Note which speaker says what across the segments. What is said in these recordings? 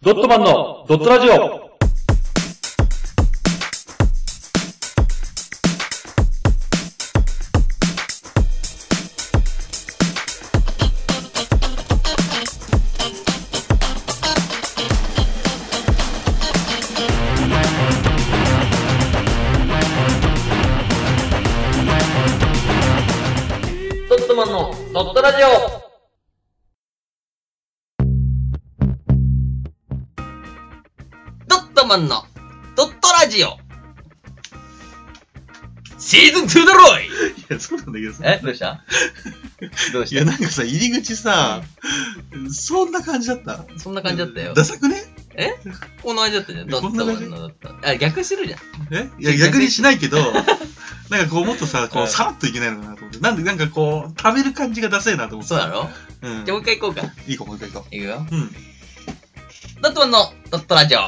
Speaker 1: ドットマンのドットラジオ
Speaker 2: ドットマンのドットラジオドットマンのドットラジオシーズン2だろい
Speaker 3: いや、そうなんだけどさ。
Speaker 2: えどうしたどう
Speaker 3: い
Speaker 2: し
Speaker 3: や、
Speaker 2: た
Speaker 3: なんかさ、入り口さ、そんな感じだった。
Speaker 2: そんな感じだったよ
Speaker 3: ダ。サくね
Speaker 2: この間だったじゃん。
Speaker 3: え
Speaker 2: ドッ
Speaker 3: こん
Speaker 2: ト
Speaker 3: な
Speaker 2: マ
Speaker 3: 感
Speaker 2: ン
Speaker 3: じ
Speaker 2: のドット。あ、逆してるじゃん。
Speaker 3: えいや、逆にしないけ ど、なんかこう、もっとさ、こ
Speaker 2: うん
Speaker 3: う、さらっといけないのかなと思って。なんで、なんかこう、食べる感じがダサいなと思って。
Speaker 2: そうだろ
Speaker 3: うん
Speaker 2: じゃあ。もう一回行こうか。
Speaker 3: いい子、もう一回行こ
Speaker 2: いくよ。
Speaker 3: う。うん。
Speaker 2: ドットマンのドットラジオ。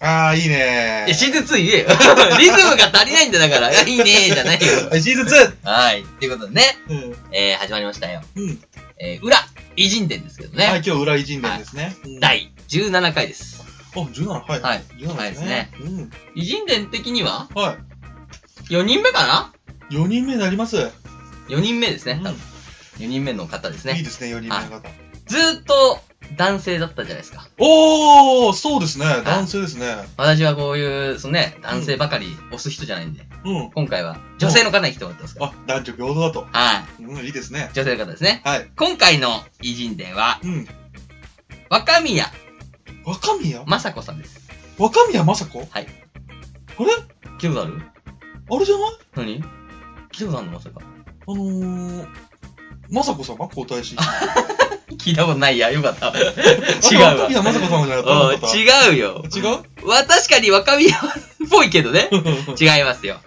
Speaker 3: あー、いいね
Speaker 2: いや、シーズン2言えよ。 リズムが足りないんだだから。いやいいねーじゃないよ。
Speaker 3: あシーズ ン
Speaker 2: はい。ということでね、
Speaker 3: 2!
Speaker 2: えー、始まりましたよ。
Speaker 3: うん。うん。
Speaker 2: えー、裏、偉人伝ですけどね。
Speaker 3: はい、今日、裏井神殿ですね。うん
Speaker 2: 第17回です。
Speaker 3: あ、17、はい。
Speaker 2: はい。
Speaker 3: 17ですね。うん。
Speaker 2: 偉人伝的には
Speaker 3: は
Speaker 2: 4人目か
Speaker 3: い。4人目になります。
Speaker 2: な ?4 人目ですね。
Speaker 3: うん
Speaker 2: 多分4人目の方です
Speaker 3: いい
Speaker 2: ね。
Speaker 3: ですね、4人目の方。
Speaker 2: ずーっと男性だったじゃないですか。
Speaker 3: おー、そうですね。男性ですね。
Speaker 2: 私はこういう、そのね、男性ばかり押す人じゃないんで、
Speaker 3: うん。
Speaker 2: 今回は女性の方に来てもらってますから。
Speaker 3: あ、男女平等だと。
Speaker 2: はい。
Speaker 3: うん、いいですね。
Speaker 2: 女性の方ですね。
Speaker 3: はい。
Speaker 2: 今回の偉人伝は、
Speaker 3: うん。
Speaker 2: 若宮
Speaker 3: 若宮
Speaker 2: 正子さんです。
Speaker 3: 若宮雅子
Speaker 2: はい。
Speaker 3: あれ
Speaker 2: 聞いたことある
Speaker 3: あれじゃない
Speaker 2: 何聞いたことあるのまさか。
Speaker 3: あのー、雅子様皇太子。
Speaker 2: 聞いたことないや。よか った。違
Speaker 3: あ
Speaker 2: う
Speaker 3: れ
Speaker 2: わ
Speaker 3: 若。宮雅子様じゃな
Speaker 2: おう
Speaker 3: かった
Speaker 2: 違うよ。
Speaker 3: 違う
Speaker 2: わ、確かに若宮っぽいけどね。 違いますよ。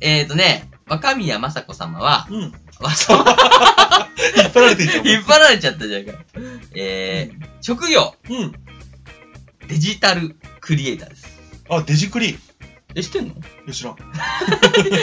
Speaker 2: えーとね、若宮正子様は、
Speaker 3: うん。引っ
Speaker 2: わそう
Speaker 3: 張られていっちゃ
Speaker 2: 引っ張られちゃったじゃんか。えー、職業、
Speaker 3: う。うん。
Speaker 2: デジタルクリエイターです。
Speaker 3: あ、デジクリ。
Speaker 2: え、知って んの
Speaker 3: よしらん。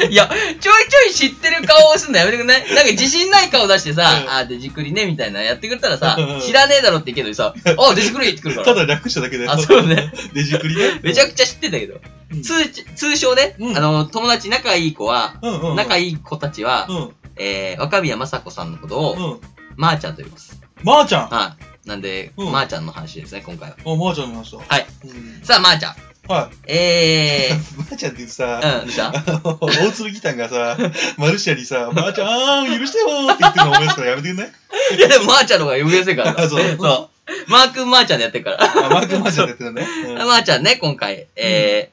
Speaker 2: いや、ちょいちょい知ってる顔をすんのやめてくんないなんか自信ない顔出してさ、
Speaker 3: うん
Speaker 2: あー、デジクリね、みたいなやってくれたらさ
Speaker 3: う、ん
Speaker 2: 知らねえだろって言うけど さ、あー、デジクリってくるか
Speaker 3: た
Speaker 2: ら。
Speaker 3: だ略しただけで。
Speaker 2: あ、そうね。
Speaker 3: デジクリね。
Speaker 2: めちゃ
Speaker 3: くち
Speaker 2: くちゃ知ってたけど。
Speaker 3: うん
Speaker 2: 通知、通称ね、
Speaker 3: うん
Speaker 2: あの、友達仲いい子は、
Speaker 3: ゃ、うんうんうん。
Speaker 2: 仲
Speaker 3: いい。
Speaker 2: いい子たちは
Speaker 3: う、ん。
Speaker 2: えー、若宮正子さんのことを、
Speaker 3: うん。
Speaker 2: まーちゃんと言います。
Speaker 3: まーちゃん。あ、
Speaker 2: はい。なんで、
Speaker 3: うん
Speaker 2: まーちゃんの話ですね、今回は。
Speaker 3: まーちゃん見ました。
Speaker 2: はい。
Speaker 3: うん。
Speaker 2: さあ、まーちゃん。
Speaker 3: はい。
Speaker 2: え
Speaker 3: まーちゃんって言うと
Speaker 2: ー、う
Speaker 3: さ、
Speaker 2: ん、どうした
Speaker 3: あの大鶴ギターがさ、マルシアにさ、まーちゃん、許してよーって言ってるの思い出すからやめてくんない
Speaker 2: いや、でもまーちゃんの方が呼びやすいからな。
Speaker 3: あ そう
Speaker 2: そうマー君まーちゃんでやってるから。
Speaker 3: あ、マークマーちゃんって言ってたね。うん
Speaker 2: まーちゃんね、今回。え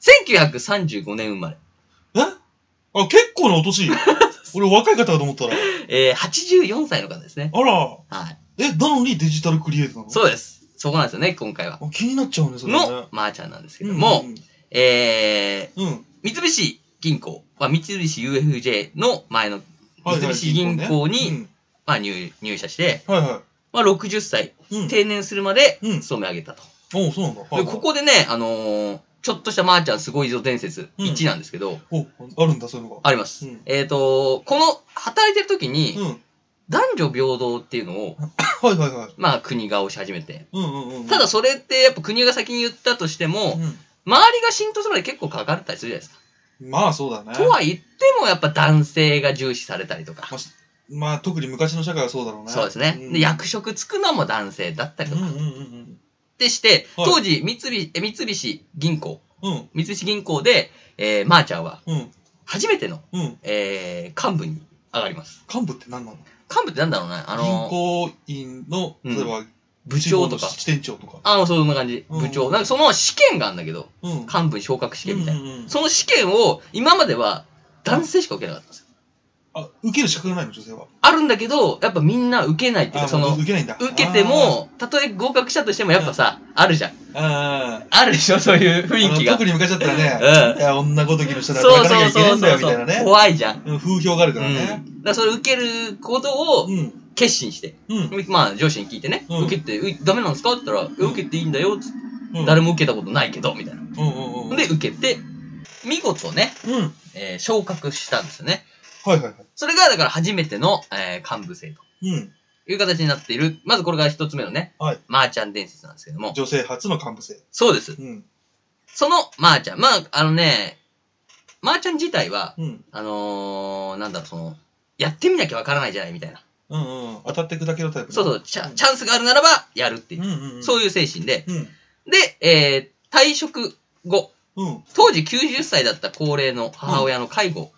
Speaker 2: ー、1935年生まれ。
Speaker 3: えあ、結構なお年。俺若い方だと思ったら。
Speaker 2: えー、84歳の方ですね。
Speaker 3: あら。
Speaker 2: はい。
Speaker 3: え、なのにデジタルクリエイターなの
Speaker 2: そうです。そこなんですよね、今回は。
Speaker 3: あ気になっちゃうね、それね。
Speaker 2: の、まーちゃんなんですけども、え
Speaker 3: うん、うん。
Speaker 2: ー、三菱銀行、まあ、三菱 UFJ の前の
Speaker 3: はい
Speaker 2: 三
Speaker 3: はい
Speaker 2: 菱銀行に、
Speaker 3: ね
Speaker 2: まあ、入入社して、
Speaker 3: うんはいは
Speaker 2: まあ、60歳
Speaker 3: い。うん。
Speaker 2: 定年するまで
Speaker 3: うん
Speaker 2: 勤め上げたと。
Speaker 3: おそうなんだ。はい
Speaker 2: でここでね、あのーちょっとしたまーちゃんすごいぞ伝説
Speaker 3: うん
Speaker 2: 1なんですけど、
Speaker 3: お、あるんだ、そういうのが。
Speaker 2: あります。
Speaker 3: うん
Speaker 2: えっ、と、この働いてる時に、
Speaker 3: うん。
Speaker 2: 男女平等っていうのを、
Speaker 3: はいはいはい。
Speaker 2: まあ国が推し始めて。
Speaker 3: うんうんうん。
Speaker 2: ただ、それってやっぱ国が先に言ったとしても、
Speaker 3: うん。
Speaker 2: 周りが浸透するまで結構かかったりするじゃないですか。
Speaker 3: まあそうだね。
Speaker 2: とは言ってもやっぱ男性が重視されたりとか。
Speaker 3: まあしまあ特に昔の社会はそうだろうね。
Speaker 2: そうですね、
Speaker 3: ん
Speaker 2: で。役職つくのも男性だったり
Speaker 3: う
Speaker 2: と
Speaker 3: ん
Speaker 2: か。
Speaker 3: うん
Speaker 2: っ
Speaker 3: うん
Speaker 2: てして、
Speaker 3: はい
Speaker 2: 当時三菱え三菱銀行、
Speaker 3: うん。うん
Speaker 2: 三菱銀行で、えー、まー、ちゃんは
Speaker 3: うん
Speaker 2: 初めての、
Speaker 3: うん。
Speaker 2: えー、幹部に上がります。
Speaker 3: 幹部って何なの
Speaker 2: 幹部ってなんだろうねあ
Speaker 3: 銀
Speaker 2: のー、
Speaker 3: 行員の、
Speaker 2: うん
Speaker 3: 例えば、
Speaker 2: 部長と
Speaker 3: 地
Speaker 2: か
Speaker 3: 方の。支店長とか。
Speaker 2: ああ、そんな感じ。
Speaker 3: うん
Speaker 2: 部長。なんかその試験があるんだけど、
Speaker 3: うん。
Speaker 2: 幹部に昇格試験みたいな。
Speaker 3: うんうんうん
Speaker 2: その試験を、今までは男性しか受けなかったんですよ。
Speaker 3: あ、受ける資格がないの、女性は。
Speaker 2: あるんだけど、やっぱみんな受けないっていう
Speaker 3: あ、
Speaker 2: か、そ
Speaker 3: も
Speaker 2: の
Speaker 3: う、受けないんだ。
Speaker 2: 受けても、たとえ合格したとしてもやっぱさ、あるじゃん。
Speaker 3: あー、
Speaker 2: あるでしょ、そういう雰
Speaker 3: うん。
Speaker 2: 囲気が。
Speaker 3: あの特に昔だったら
Speaker 2: うん
Speaker 3: ね、いや、女ごときの人だ
Speaker 2: そう
Speaker 3: 働か
Speaker 2: そ
Speaker 3: な
Speaker 2: う
Speaker 3: きゃ
Speaker 2: そ
Speaker 3: いけな
Speaker 2: う
Speaker 3: いん
Speaker 2: そ
Speaker 3: だ
Speaker 2: う
Speaker 3: よ、みたいなね。
Speaker 2: 怖いじゃん。
Speaker 3: うん風評がある
Speaker 2: う
Speaker 3: から
Speaker 2: ん。だ
Speaker 3: ね。
Speaker 2: からそれ受けることを
Speaker 3: うん。
Speaker 2: 決心して、
Speaker 3: うん。
Speaker 2: まあ上司に聞いてね、
Speaker 3: うん
Speaker 2: 受けて、うダメなんですかって言ったら、
Speaker 3: うん
Speaker 2: 受けていいんだよっつって、
Speaker 3: うん。
Speaker 2: 誰も受けたことないけど、みたいな。
Speaker 3: うんうんうん。
Speaker 2: で、、受けて、見事ね、
Speaker 3: うん。はい
Speaker 2: えー昇格したんですよね。
Speaker 3: はいは
Speaker 2: それが、だから初めての、えー幹部制と
Speaker 3: い。うん。
Speaker 2: いう形になっている。まずこれが一つ目のね、
Speaker 3: はい
Speaker 2: マーちゃん伝説なんですけども。
Speaker 3: 女性初の幹部生。
Speaker 2: そうです。
Speaker 3: うん。
Speaker 2: そのマーちゃん。まあ、あのね、マーちゃん自体は、
Speaker 3: うん。
Speaker 2: あのー、なんだろう、その、やってみなきゃわからないじゃないみたいな。
Speaker 3: うんうん。当たっていくだけのタイプ
Speaker 2: そうそう、チャチャンスがあるならば、やるっていうう。
Speaker 3: んうんうん。
Speaker 2: そういう精神で。
Speaker 3: うん。
Speaker 2: で、えー、退職後、
Speaker 3: うん。
Speaker 2: 当時90歳だった高齢の母親の介護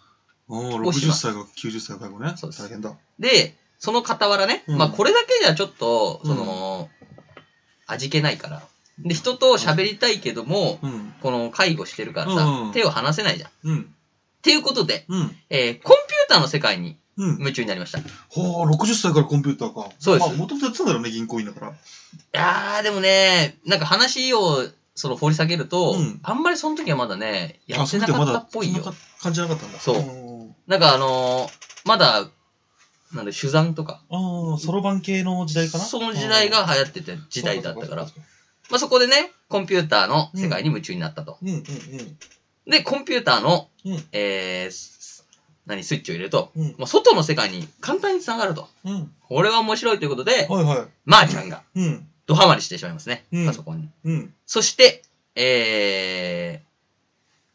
Speaker 3: お
Speaker 2: お
Speaker 3: ー、
Speaker 2: しま
Speaker 3: 60歳が90歳だもね。
Speaker 2: そうです
Speaker 3: 大変だ。
Speaker 2: で、その傍らね、
Speaker 3: うん
Speaker 2: まあこれだけじゃちょっと、その、味気ないから。で、人と喋りたいけども、
Speaker 3: うん。
Speaker 2: この介護してるからさ、
Speaker 3: うん
Speaker 2: 手を離せないじゃん。っ
Speaker 3: うん。
Speaker 2: ていうことで、
Speaker 3: うん。
Speaker 2: えーコンピューターの世界に
Speaker 3: うん。
Speaker 2: 夢中になりました。い
Speaker 3: ほー、60歳からコンピューターか。
Speaker 2: そうです
Speaker 3: まあ、もともとやってたんだろうね、銀行員だから。
Speaker 2: やー、でもね、なんか話を、その掘り下げると、
Speaker 3: うん
Speaker 2: あんまりその時はまだね、や
Speaker 3: あ
Speaker 2: って
Speaker 3: その
Speaker 2: な
Speaker 3: 時
Speaker 2: か
Speaker 3: は
Speaker 2: ったっぽい
Speaker 3: ま
Speaker 2: よ
Speaker 3: だ。そんな感じなかったんだ。
Speaker 2: そう
Speaker 3: うん。
Speaker 2: なんかあのーまだ、なんだ、手段とか、
Speaker 3: ああ、そろばん系の時代かな
Speaker 2: その時代が流行ってた時代だったから、。まあそこでね、コンピューターの世界に夢中になったと。
Speaker 3: うんうんうん。
Speaker 2: で、コンピューターの、
Speaker 3: うん
Speaker 2: えーす何、スイッチを入れると、
Speaker 3: うん
Speaker 2: もう外の世界に簡単に繋がると。
Speaker 3: うん。
Speaker 2: これは面白いということで、
Speaker 3: はいは
Speaker 2: まーちゃんが
Speaker 3: い。うん。
Speaker 2: ドハマりしてしまいますね、
Speaker 3: うん
Speaker 2: パソコンに。
Speaker 3: うん。
Speaker 2: そして、え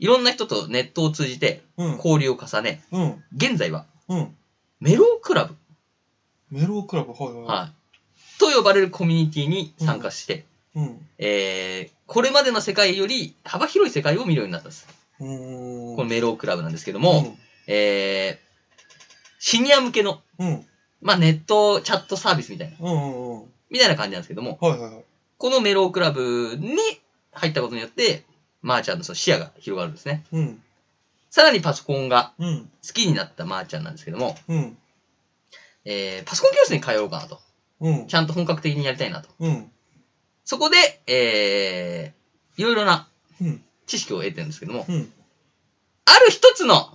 Speaker 2: ー、いろんな人とネットを通じて
Speaker 3: うん。
Speaker 2: 交流を重ね、
Speaker 3: うん。
Speaker 2: 現在は
Speaker 3: うん。
Speaker 2: メロークラブ、
Speaker 3: メロークラブ、はいはい。
Speaker 2: はい、と呼ばれるコミュニティに参加して、
Speaker 3: うん。
Speaker 2: えー、これまでの世界より幅広い世界を見るようになったんです。
Speaker 3: うーん。
Speaker 2: このメロークラブなんですけども、えー、シニア向けの
Speaker 3: うん。うん。
Speaker 2: まあ、ネットチャットサービスみたいな、
Speaker 3: うんうんうん。
Speaker 2: みたいな感じなんですけども、
Speaker 3: はいはいはい。
Speaker 2: このメロークラブに入ったことによって、まーちゃんのその視野が広がるんですね。
Speaker 3: うん。
Speaker 2: さらにパソコンが
Speaker 3: うん。
Speaker 2: 好きになったまーちゃんなんですけども、
Speaker 3: うん。
Speaker 2: えー、パソコン教室に通おうかなと。
Speaker 3: うん
Speaker 2: ち。ゃんと本格的にやりたいなと。
Speaker 3: うん。
Speaker 2: そこで、えー、いろいろな
Speaker 3: うん。
Speaker 2: 知識を得てるんですけども、
Speaker 3: うん。
Speaker 2: ある一つの、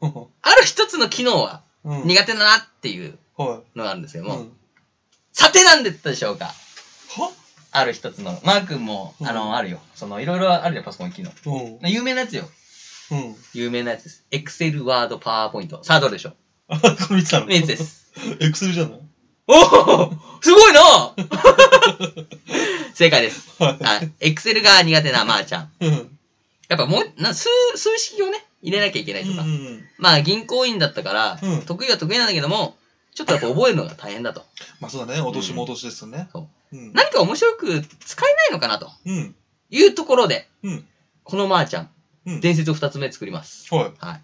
Speaker 2: ある一つの機能は
Speaker 3: うん。
Speaker 2: 苦手だなっていう
Speaker 3: は
Speaker 2: のがあるんですけ
Speaker 3: い。
Speaker 2: ど
Speaker 3: う
Speaker 2: も、
Speaker 3: ん。
Speaker 2: さてなんでったでしょうか
Speaker 3: は
Speaker 2: ある一つの。マー君も、あ
Speaker 3: う
Speaker 2: の、
Speaker 3: ん
Speaker 2: あるよ。その、いろいろあるよ、パソコン機能。
Speaker 3: うん。
Speaker 2: 有名なやつよ。
Speaker 3: うん。
Speaker 2: 有名なやつです。Excel、Word、PowerPoint。さあ、どれでしょ
Speaker 3: あ、これ見てた
Speaker 2: う
Speaker 3: の
Speaker 2: 3つで。す。
Speaker 3: エクセルじゃない
Speaker 2: おおすごいな 正解です。
Speaker 3: は
Speaker 2: はい。Excel が苦手なまーちゃん。
Speaker 3: い。うん。
Speaker 2: やっぱもう、な数、数式をね、入れなきゃいけないとか。
Speaker 3: うん。
Speaker 2: まあ、銀行員だったから、
Speaker 3: うん
Speaker 2: 得意は得意なんだけども、ちょっとやっぱ覚えるのが大変だと。
Speaker 3: まあそうだね。落としも落としですよね。。
Speaker 2: そう
Speaker 3: うん。
Speaker 2: 何か面白く使えないのかなと
Speaker 3: うん。
Speaker 2: いうところで、
Speaker 3: うん
Speaker 2: このまーちゃん、
Speaker 3: うん。
Speaker 2: 伝説を2つ目作ります。
Speaker 3: は
Speaker 2: は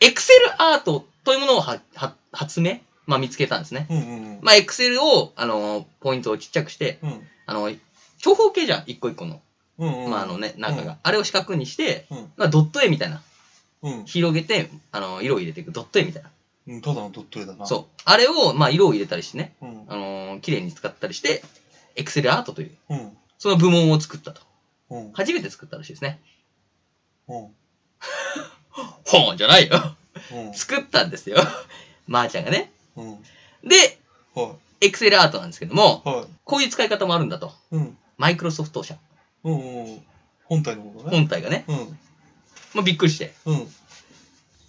Speaker 2: い。Excel アートというものをはは発明、まあ、見つけたんですね。
Speaker 3: い。うんうん
Speaker 2: まあ、エクセルを、あのーポイントをちっちゃくして、
Speaker 3: うん。うん。
Speaker 2: あの長方形じゃん、一個一個の、
Speaker 3: うんうん。
Speaker 2: まあ、あのね、中が。あれを四角にして、
Speaker 3: うん
Speaker 2: まあ、ドット絵みたいな、
Speaker 3: うん。
Speaker 2: 広げて、あの色を入れていく、ドット絵みたい
Speaker 3: うん。ただのドット絵だな。
Speaker 2: な。そう。あれを、まあ、色を入れたりしてね、
Speaker 3: う。うん。
Speaker 2: あのー綺麗に使ったりして、エクセルアートという、
Speaker 3: うん。
Speaker 2: その部門を作ったと。
Speaker 3: うん。
Speaker 2: 初めて作ったらしいですね。
Speaker 3: うん。
Speaker 2: ほんじゃないよ。
Speaker 3: うん。
Speaker 2: 作ったんですよ。 まーちゃんがね。
Speaker 3: うん。
Speaker 2: で、
Speaker 3: は
Speaker 2: エクセルアートなんですけども、
Speaker 3: い。はい。
Speaker 2: こういう使い方もあるんだと。
Speaker 3: うん。
Speaker 2: マイクロソフト社、
Speaker 3: うんうん。本体のことね。
Speaker 2: 本体がね、
Speaker 3: うん。
Speaker 2: まあ、びっくりして。
Speaker 3: うん。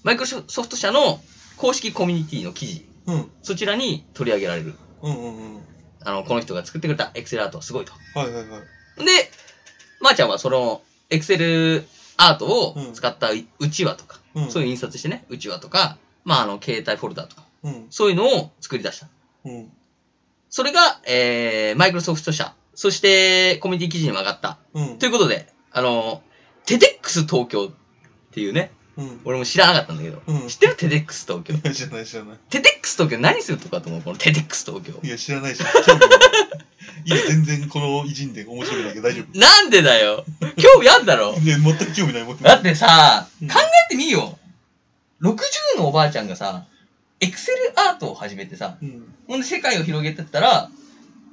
Speaker 2: マイクロソフト社の公式コミュニティの記事、
Speaker 3: うん。
Speaker 2: そちらに取り上げられる。
Speaker 3: うんうんうん。
Speaker 2: あの、この人が作ってくれたエクセルアートはすごいと。
Speaker 3: はいはいはい。
Speaker 2: で、まー、ちゃんはそのエクセルアートを使ったうちわとか、
Speaker 3: うん。
Speaker 2: そういう
Speaker 3: う。
Speaker 2: 印刷してね、うちわとか、まあ、あの、携帯フォルダとか、
Speaker 3: うん。
Speaker 2: そういうのを作り出した。
Speaker 3: うん。
Speaker 2: それが、えー、マイクロソフト社、そしてコミュニティ記事にも上がった。
Speaker 3: うん。
Speaker 2: ということで、あの、テデックス東京っていうね、
Speaker 3: うん。
Speaker 2: 俺も知らなかったんだけど、
Speaker 3: うん
Speaker 2: 知ってるテデックス東京。
Speaker 3: 知らない知らない。
Speaker 2: テテックス東京何するとかと思うこのテテックス東京。
Speaker 3: いや、知らないし。興味ないいや、全然この偉人伝面白いんだけど大丈
Speaker 2: なんでだよ興味あんだろ
Speaker 3: 夫。いや、全く興味ないもん。
Speaker 2: だってさ、
Speaker 3: うん
Speaker 2: 考えてみよう。60のおばあちゃんがさ、エクセルアートを始めてさ、
Speaker 3: うん。
Speaker 2: ほんで世界を広げてったら、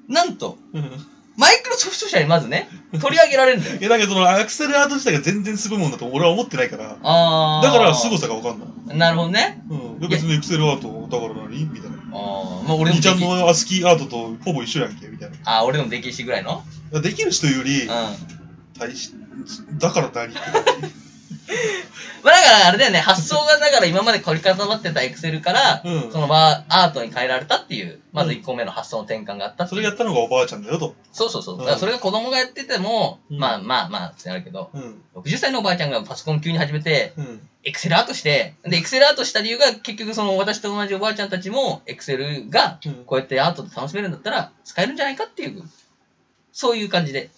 Speaker 2: なんと、
Speaker 3: うん。
Speaker 2: マイクロソフト社にまずね、取り上げられるんだよ
Speaker 3: い。や、だけどそのアクセルアート自体が全然すごいもんだと俺は思ってないから。
Speaker 2: あー。
Speaker 3: だから凄さがわかんない。
Speaker 2: なるほどね。
Speaker 3: うん。別にエクセルアートだから何みたいな。
Speaker 2: あー。まあ俺で
Speaker 3: 俺
Speaker 2: もで
Speaker 3: ちゃん
Speaker 2: き、
Speaker 3: のアスキーアートとほぼ一緒やんけ、みたいな。だか
Speaker 2: あー、俺でもできるしぐらいの
Speaker 3: らできる人よ
Speaker 2: う
Speaker 3: り
Speaker 2: ん。、あ
Speaker 3: 大し、だから何って
Speaker 2: まあだからあれだよね、発想がだから今まで凝り固まってたエクセルから、
Speaker 3: うん
Speaker 2: そのバーアートに変えられたっていう、まず1個目の発想の転換があったって
Speaker 3: そ
Speaker 2: いう
Speaker 3: れやったのがおばあちゃんだよと。
Speaker 2: そうそうそう。
Speaker 3: うん
Speaker 2: だからそれが子供がやってても、
Speaker 3: うん
Speaker 2: まあまあまあってなるけど、
Speaker 3: うん。
Speaker 2: 60歳のおばあちゃんがパソコン急に始めて、
Speaker 3: うん。
Speaker 2: エクセルアートして、で、エクセルアートした理由が結局その私と同じおばあちゃんたちも、エクセルが
Speaker 3: うん
Speaker 2: こうやってアートで楽しめるんだったら使えるんじゃないかっていう、そういう感じで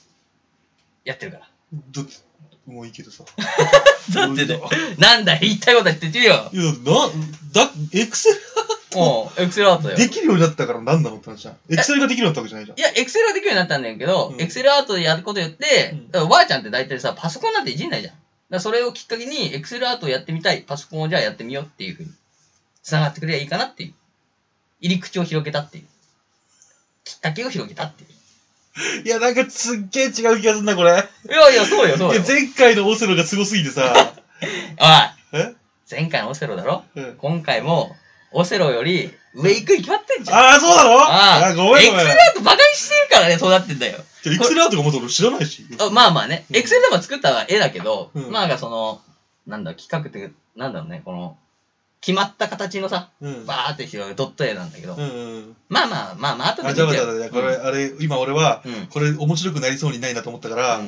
Speaker 2: やってるから。
Speaker 3: だって、もういいけどさ。
Speaker 2: だってだ
Speaker 3: よ。
Speaker 2: なんだよ、言いたいことは言ってってよ。
Speaker 3: いや、な、だ、エクセ
Speaker 2: もう、エクセルアートだ
Speaker 3: ル
Speaker 2: よ。
Speaker 3: できるようになったから何なのって話じゃん。エクセルができるようになったわけじゃないじゃん
Speaker 2: い。や、エクセルはできるようになったんだけど
Speaker 3: う、ん
Speaker 2: エクセルアートでやることによって、
Speaker 3: うん
Speaker 2: だからおばあちゃんって大体さ、パソコンなんていじんないじゃん。だからそれをきっかけに、エクセルアートをやってみたい、パソコンをじゃあやってみようっていうふうに、繋がってくればいいかなっていう。入り口を広げたっていう。きっかけを広げたっていう。
Speaker 3: いや、なんかすっげえ違う気がするな、これ。
Speaker 2: いやいや、そうよ、そう
Speaker 3: い
Speaker 2: よ
Speaker 3: や。前回のオセロがすごすぎてさ。
Speaker 2: お
Speaker 3: え
Speaker 2: い、前回のオセロだろ
Speaker 3: うん。
Speaker 2: 今回も、オセロより上行くに決まってんじゃん。
Speaker 3: ああ、そうなの
Speaker 2: ああ
Speaker 3: あごめん
Speaker 2: エ
Speaker 3: ご
Speaker 2: ク
Speaker 3: めん
Speaker 2: セル。アートバカにしてるからね、そうなってんだよ。
Speaker 3: じゃあエクセルアートがもっと俺知らないし。
Speaker 2: あまあまあね、
Speaker 3: うん
Speaker 2: エクセルでも作ったら絵だけど、
Speaker 3: うん
Speaker 2: まあなんかその、なんだろう、企画っていうか、なんだろうね、この、決まった形のさ、
Speaker 3: うん。
Speaker 2: バーって広げるドット絵なんだけど、
Speaker 3: うんうん。
Speaker 2: まあまあまあまあ、後で
Speaker 3: あ、
Speaker 2: 見
Speaker 3: じ
Speaker 2: て
Speaker 3: ゃあ、
Speaker 2: よ
Speaker 3: じゃあ、じゃあ、これ、あれ、今俺は、
Speaker 2: うん。うん
Speaker 3: これ面白くなりそうにないなと思ったから、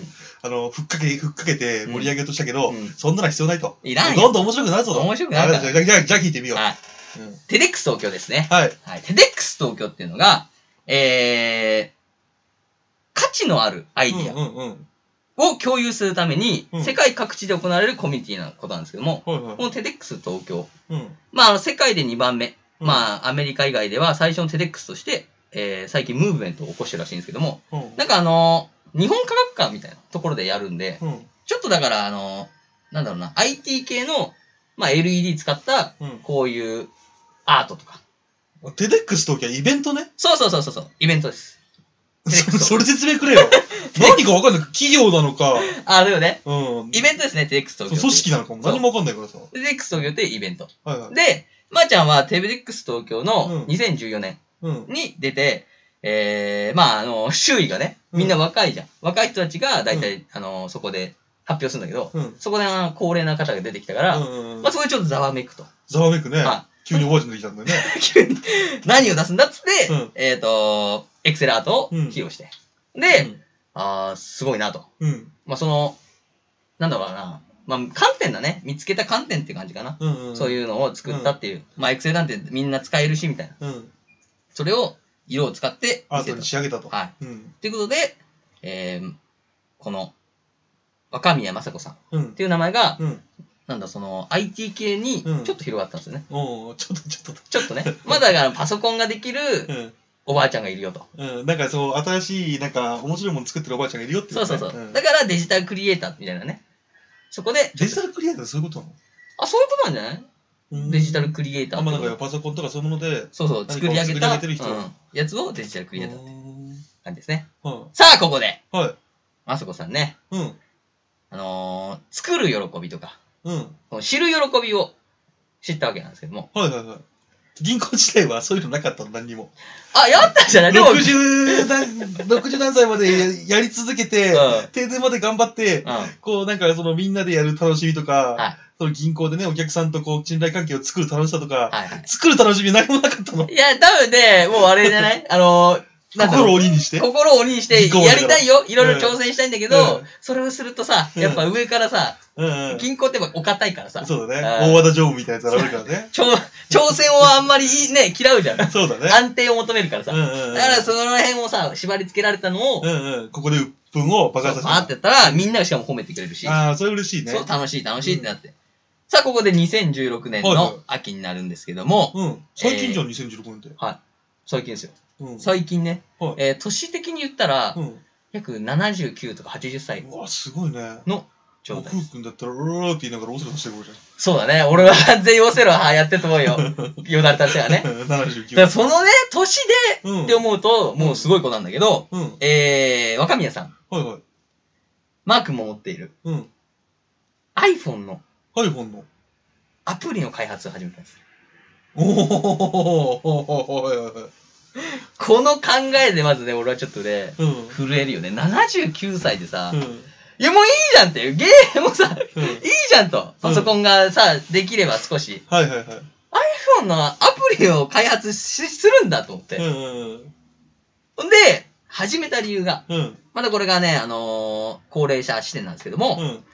Speaker 3: あの、ふっかけ、ふっかけて盛り上げようとしたけど、
Speaker 2: うんうん
Speaker 3: そんなの必要ないと。
Speaker 2: いらんよ
Speaker 3: どんどん面白くなるぞと。
Speaker 2: 面白くなるから
Speaker 3: あじゃあ、じゃあ、じゃあ聞いてみよう。
Speaker 2: はい。
Speaker 3: うん
Speaker 2: テデックス東京ですね。
Speaker 3: はい。
Speaker 2: はい。テデックス東京っていうのが、えー、価値のあるアイディ
Speaker 3: うんうんうん。
Speaker 2: アを共有するために、
Speaker 3: うん
Speaker 2: 世界各地で行われるコミュニティなことなんですけども、
Speaker 3: はいはい
Speaker 2: このテデックス東京
Speaker 3: うん。
Speaker 2: まあ、あの世界で2番目、
Speaker 3: うん
Speaker 2: まあ、アメリカ以外では最初のテデックスとして、えー最近ムーブメントを起こしてるらしいんですけども、
Speaker 3: うん。
Speaker 2: なんかあのー日本科学館みたいなところでやるんで、
Speaker 3: うん。
Speaker 2: ちょっとだから、あのーなんだろうな、IT 系の、まあ、LED 使った、
Speaker 3: うん。
Speaker 2: こういうアートとか。
Speaker 3: テデックス東京はイベントね。
Speaker 2: そうそうそうそうそう、イベントです。テデック
Speaker 3: そ
Speaker 2: ス
Speaker 3: それ説明く れよ。何かわかんない。企業なのか、
Speaker 2: あ、だよね。
Speaker 3: うん。
Speaker 2: イベントですね、テデックス東京って。
Speaker 3: そう組織なのかも
Speaker 2: そう
Speaker 3: 何もわかんないからさ。
Speaker 2: テデックス東京ってイベント。
Speaker 3: はいはい。
Speaker 2: で、まー、ちゃんはテデックス東京
Speaker 3: うん
Speaker 2: の2014年、
Speaker 3: うん。
Speaker 2: に出て、えー、まあ、あの、周囲がね、みんな若いじゃん。若い人たちが大体、あの、そこで発表するんだけど、
Speaker 3: うん。
Speaker 2: そこであの高齢な方が出てきたから、
Speaker 3: うんうん
Speaker 2: まあ、そこでちょっとざわめくと。
Speaker 3: ざわめくね。
Speaker 2: は
Speaker 3: 急におばあちゃん出てきたんだよね。
Speaker 2: 急に、何を出すんだっつって、
Speaker 3: うん
Speaker 2: えっ、と、エクセルアートを披露して。で、あーすごいなと。
Speaker 3: うん、うん。
Speaker 2: まあ、その、なんだろうな、まあ、観点だね。見つけた観点って感じかな。
Speaker 3: うんうん。
Speaker 2: そう
Speaker 3: う。
Speaker 2: いうのを作ったっていう。まあ、エクセルなんてみんな使えるし、みたいな。
Speaker 3: うん。
Speaker 2: それを、色を使って
Speaker 3: ア
Speaker 2: 見
Speaker 3: ー
Speaker 2: せ
Speaker 3: ト
Speaker 2: た
Speaker 3: に。仕上げたと。
Speaker 2: はい。
Speaker 3: うん。
Speaker 2: ということで、えーこの、若宮正子さんっ
Speaker 3: うん。
Speaker 2: ていう名前が、
Speaker 3: うん。
Speaker 2: なんだ、その、IT 系にち
Speaker 3: う
Speaker 2: ょっ
Speaker 3: ん
Speaker 2: と広がったんですよね。
Speaker 3: おーちょっと、ちょっと。
Speaker 2: ちょっとね。まだだからパソコンができる
Speaker 3: うん。
Speaker 2: おばあちゃんがいるよと。
Speaker 3: うん。なんかそう、新しい、なんか面白いもの作ってるおばあちゃんがいるよってい
Speaker 2: そうそうそうう。
Speaker 3: ん
Speaker 2: だからデジタルクリエイターみたいなね。そこで、
Speaker 3: デジタルクリエイターってそういうことなの
Speaker 2: あ、そういうことなんじゃない、
Speaker 3: うん
Speaker 2: デジタルクリエイター
Speaker 3: あ
Speaker 2: っ
Speaker 3: ん
Speaker 2: て
Speaker 3: ま
Speaker 2: こ
Speaker 3: な
Speaker 2: と
Speaker 3: んかパソコンとかそういうもので。
Speaker 2: そうそう、作り上げ
Speaker 3: 何か
Speaker 2: た、
Speaker 3: を作り上げてる人
Speaker 2: うんやつをデジタルクリエイターって
Speaker 3: うん
Speaker 2: 感じですね。
Speaker 3: は
Speaker 2: さあ、ここで、
Speaker 3: い。はい。
Speaker 2: 正子さんね、
Speaker 3: うん。
Speaker 2: あのー作る喜びとか、
Speaker 3: うん。
Speaker 2: その知る喜びを知ったわけなんですけども。
Speaker 3: はいはいはい。銀行自体はそういうのなかったの、何にも。
Speaker 2: あ、やったんじゃないでも、
Speaker 3: 60何、60何歳までやり続けて
Speaker 2: うん、
Speaker 3: 定年まで頑張って、
Speaker 2: う
Speaker 3: こうなんかそのみんなでやる楽しみとか、
Speaker 2: はい
Speaker 3: その銀行でね、お客さんとこう信頼関係を作る楽しさとか、
Speaker 2: ん。はいはい。
Speaker 3: 作る楽しみ何もなかったの。
Speaker 2: いや、多分ね、もうあれじゃない あの、なんだろ
Speaker 3: 心
Speaker 2: う
Speaker 3: を鬼にして。
Speaker 2: 心を鬼にして、
Speaker 3: 銀行だ
Speaker 2: や
Speaker 3: から
Speaker 2: りたいよ。いろいろ挑戦したいんだけど、
Speaker 3: うん
Speaker 2: それをするとさ、やっぱ上からさ、
Speaker 3: うんうん。
Speaker 2: 銀行ってやっぱお堅いからさ、
Speaker 3: そうだね。
Speaker 2: うん
Speaker 3: 大和田常務みたいなやつがあるからね。
Speaker 2: 挑挑戦をあんまりいいね、嫌うじゃん。
Speaker 3: そうだね。
Speaker 2: 安定を求めるから
Speaker 3: う
Speaker 2: さ。
Speaker 3: ん
Speaker 2: だ
Speaker 3: うんうん。
Speaker 2: からその辺をさ、縛り付けられたのを、
Speaker 3: うんうん。ここで鬱憤を爆
Speaker 2: バ
Speaker 3: 発さ
Speaker 2: ー
Speaker 3: せ
Speaker 2: ってやったら、みんながしかも褒めてくれるし、
Speaker 3: ああー、それ嬉しいね。
Speaker 2: そう、楽しい楽しいってなって。さあ、ここで2016年の秋になるんですけども、
Speaker 3: うん。最近じゃん、2016年って。
Speaker 2: はい。最近ですよ。
Speaker 3: うん。
Speaker 2: 最近ね、
Speaker 3: はい
Speaker 2: えー、年的に言ったら、
Speaker 3: うん。
Speaker 2: 約79とか80歳
Speaker 3: うわ、すごいね。
Speaker 2: の状
Speaker 3: 悟
Speaker 2: 態
Speaker 3: 空。君だったら、うーって言いながらオセロ出してくるじ
Speaker 2: そうだね。俺は完全にオセロはやってると思う よ。よだれたちはね。
Speaker 3: ゃん。
Speaker 2: だ
Speaker 3: 79。
Speaker 2: からそのね、年
Speaker 3: うん
Speaker 2: でって思うと、もうすごい子なんだけど、
Speaker 3: うん。はい
Speaker 2: えー、若宮さん、
Speaker 3: はい。
Speaker 2: マークも持っている
Speaker 3: うん。
Speaker 2: iPhone の
Speaker 3: iPhone の。
Speaker 2: アプリの開発を始めたんです。
Speaker 3: おおはいはいはい。
Speaker 2: この考えでまずね、俺はちょっとね、
Speaker 3: うん。
Speaker 2: 震えるよね。79歳でさ、
Speaker 3: うん。
Speaker 2: いや、もういいじゃんっていう。ゲームもさ、いいじゃんと。パソコンがさ、できれば少し。
Speaker 3: はいはいはい。
Speaker 2: iPhone のアプリを開発しするんだと思って。
Speaker 3: うんうん
Speaker 2: ほんで、始めた理由が、
Speaker 3: うん。うん。
Speaker 2: またこれがね、あのー高齢者視点なんですけども、
Speaker 3: うん。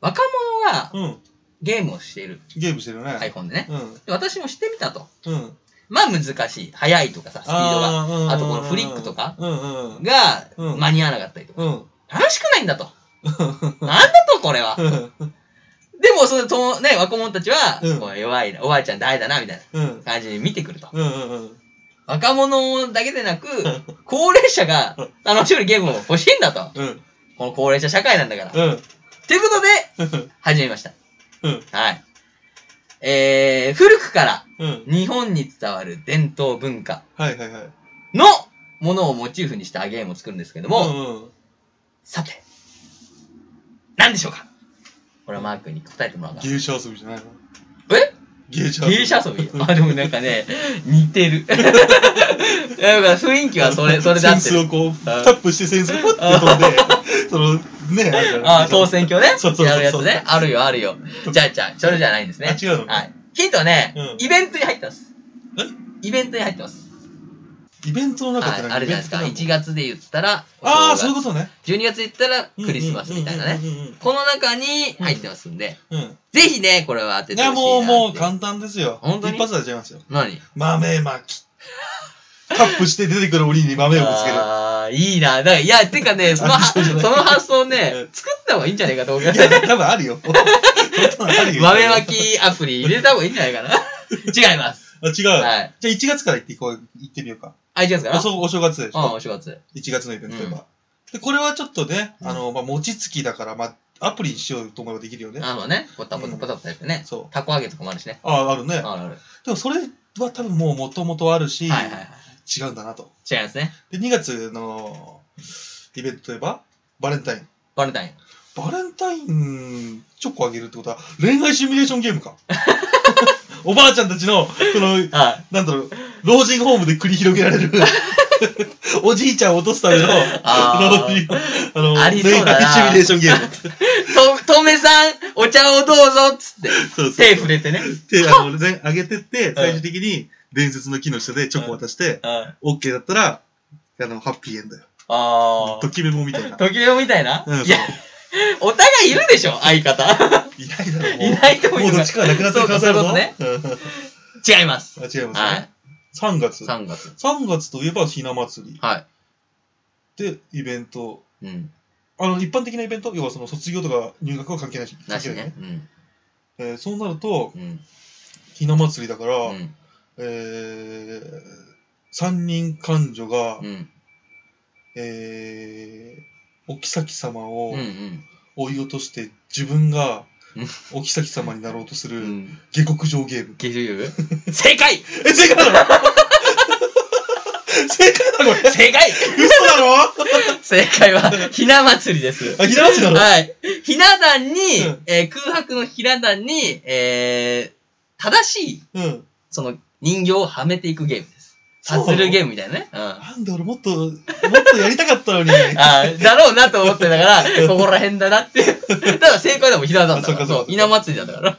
Speaker 2: 若者が
Speaker 3: うん。
Speaker 2: ゲームをしている
Speaker 3: ゲームしてるね。。
Speaker 2: iPhone でね。
Speaker 3: うん。
Speaker 2: で私もしてみたと。
Speaker 3: うん。
Speaker 2: まあ難しい。速いとかさ、スピードが。
Speaker 3: あーうん
Speaker 2: あとこのフリックとか
Speaker 3: うんうんうん。
Speaker 2: が
Speaker 3: うん
Speaker 2: 間に合わなかったりとか。
Speaker 3: うん。
Speaker 2: 楽しくないんだと。なんだと、これは。でも、そのと、ね、若者たちは、
Speaker 3: うん
Speaker 2: こう弱いな、おばあちゃん大だな、みたい
Speaker 3: うん。うん
Speaker 2: な感じで見てくると。
Speaker 3: うんうん。
Speaker 2: 若者だけでなく
Speaker 3: ん、
Speaker 2: 高齢者が楽しめるゲームも欲しいんだと。
Speaker 3: うん。
Speaker 2: この高齢者社会なんだから。
Speaker 3: うん。
Speaker 2: ということで、始めました。
Speaker 3: うん。
Speaker 2: はい。えー、古くから
Speaker 3: うん。
Speaker 2: 日本に伝わる伝統文化
Speaker 3: はいはいはい。
Speaker 2: のものをモチーフにしたゲームを作るんですけども、
Speaker 3: うんうん。
Speaker 2: さて、何でしょうかこれはマー君に答えてもらおうかな。
Speaker 3: 芸者遊びじゃないの
Speaker 2: え
Speaker 3: 芸者
Speaker 2: 芸者遊びあ、でもなんかね、似て る。なんか雰囲気はそれ、それで合って
Speaker 3: センス
Speaker 2: る。
Speaker 3: をこう、タップしてセンスをポッて飛ん で、その、ね、あるじゃん
Speaker 2: あ、当選挙ね
Speaker 3: そうそうそうそう
Speaker 2: やるやつね。あるよ、あるよ。じゃあ、じゃあ、それじゃないんですね。
Speaker 3: あ違うの
Speaker 2: はい。ヒントはね、
Speaker 3: うん
Speaker 2: イベントに入ってます。
Speaker 3: え
Speaker 2: イベントに入ってます。
Speaker 3: イベントの中っ
Speaker 2: は
Speaker 3: て
Speaker 2: い、
Speaker 3: 何
Speaker 2: あるじゃないですか。
Speaker 3: イベント
Speaker 2: 1月で言ったら、
Speaker 3: あ
Speaker 2: お
Speaker 3: あ、
Speaker 2: 正
Speaker 3: そうい
Speaker 2: 月
Speaker 3: うことね。
Speaker 2: 12月で言ったら、クリスマスみたいなね
Speaker 3: うん。うんうん
Speaker 2: この中に入ってますんで、
Speaker 3: うんうん。
Speaker 2: ぜひね、これは当て
Speaker 3: い
Speaker 2: てほし
Speaker 3: や、
Speaker 2: いな
Speaker 3: もう、もう
Speaker 2: ってい
Speaker 3: 簡単ですよ。
Speaker 2: 本当に
Speaker 3: 一発で出ちゃいますよ。
Speaker 2: 何
Speaker 3: 豆巻き。カップして出てくる檻に豆をぶつける。
Speaker 2: ああ、いいな。だからいや、てかね、その
Speaker 3: 一緒じゃない
Speaker 2: その発想
Speaker 3: う
Speaker 2: ね
Speaker 3: ん、
Speaker 2: 作った方がいいんじゃないかと思うけ
Speaker 3: い
Speaker 2: ど
Speaker 3: や、多分あ るよ。そんなのあるよ
Speaker 2: 豆まきアプリ入れた方がいいんじゃないかな。違います。
Speaker 3: あ、違う。じゃ
Speaker 2: は
Speaker 3: あ
Speaker 2: い
Speaker 3: 1月から行っていこう、行ってみようか。
Speaker 2: あ、違いますか
Speaker 3: お
Speaker 2: ら
Speaker 3: そお正月でし
Speaker 2: うん、
Speaker 3: ょ。
Speaker 2: お正月。
Speaker 3: 1月のイベントといえ
Speaker 2: う
Speaker 3: ば。で、これはちょっとね、
Speaker 2: うん
Speaker 3: あの、まあ、餅つきだから、まあ、アプリにしようと思えばできるよね。
Speaker 2: あのね、ポタポタポタポタやってね。
Speaker 3: そう。
Speaker 2: たこ揚げとかもあるしね。
Speaker 3: ああ、あるね。
Speaker 2: あるある。
Speaker 3: でもそれは多分もう元々あるし、
Speaker 2: はいはいはい。
Speaker 3: 違うんだなと。
Speaker 2: 違いますね。
Speaker 3: で、2月のイベントといえば、バレンタイン。
Speaker 2: バレンタイン。
Speaker 3: バレンタインチョコあげるってことは、恋愛シミュレーションゲーム か。おばあちゃんたちの、この、
Speaker 2: はい。
Speaker 3: なんだろう、老人ホームで繰り広げられ る、おじいちゃんを落とすための、
Speaker 2: あ
Speaker 3: 老
Speaker 2: ー
Speaker 3: 人、あの、恋
Speaker 2: あ
Speaker 3: 愛
Speaker 2: り
Speaker 3: シ
Speaker 2: そう
Speaker 3: ミュ
Speaker 2: だな
Speaker 3: レーションゲー ム。
Speaker 2: と、とめさん、お茶をどうぞっつって、
Speaker 3: そうそう
Speaker 2: 手触れてね。
Speaker 3: 手、あの、ね、あげてって、最終的に伝説の木の下でチョコ渡して、
Speaker 2: あ
Speaker 3: OK だったら、あの、ハッピーエンドよ。
Speaker 2: あ
Speaker 3: と。きめもみた いな。
Speaker 2: 時計みたいな、
Speaker 3: うん
Speaker 2: いや、お互いいるでしょ、相方。
Speaker 3: いないだろう、もう。
Speaker 2: いないと思う
Speaker 3: もうどっちかがなくなってる可能性ある
Speaker 2: そうか
Speaker 3: ぞ。う
Speaker 2: 違います。
Speaker 3: んあ違いますね。
Speaker 2: はい。
Speaker 3: 3月。
Speaker 2: 3月。
Speaker 3: 3月といえばひな祭り
Speaker 2: は
Speaker 3: でイベント
Speaker 2: い。うん。
Speaker 3: あの一般的なイベント要はその卒業とか入学は関係ないし
Speaker 2: なし
Speaker 3: 関係
Speaker 2: ね。うん。
Speaker 3: いえーそうなると
Speaker 2: うん。
Speaker 3: ひな祭りだから、
Speaker 2: うん。
Speaker 3: えー、三人官女が、
Speaker 2: うん。
Speaker 3: えー、お妃様
Speaker 2: う
Speaker 3: を
Speaker 2: ん。
Speaker 3: 追い落として自分が
Speaker 2: うん
Speaker 3: お妃様になろうとす
Speaker 2: う
Speaker 3: る
Speaker 2: ん。
Speaker 3: 下克 上ゲーム、
Speaker 2: 下流正解
Speaker 3: え正解だろ正解だろこれ
Speaker 2: 正解
Speaker 3: 嘘だろ
Speaker 2: 正解は、ひな祭りです。
Speaker 3: あひな祭りだろ
Speaker 2: はい。ひな壇に
Speaker 3: うん、
Speaker 2: えー空白のひな壇に、えー、正しい、
Speaker 3: うん
Speaker 2: その人形をはめていくゲームです。
Speaker 3: そう
Speaker 2: パ
Speaker 3: なの
Speaker 2: ズルゲームみたいなね。うん。
Speaker 3: なんで俺もっともっとやりたかったの に
Speaker 2: あーだろうなと思ってた から、ここら辺だなって。ただ正解でもひな壇だったから。
Speaker 3: あそうかそう
Speaker 2: そう、
Speaker 3: か
Speaker 2: ひな祭りだったから。っ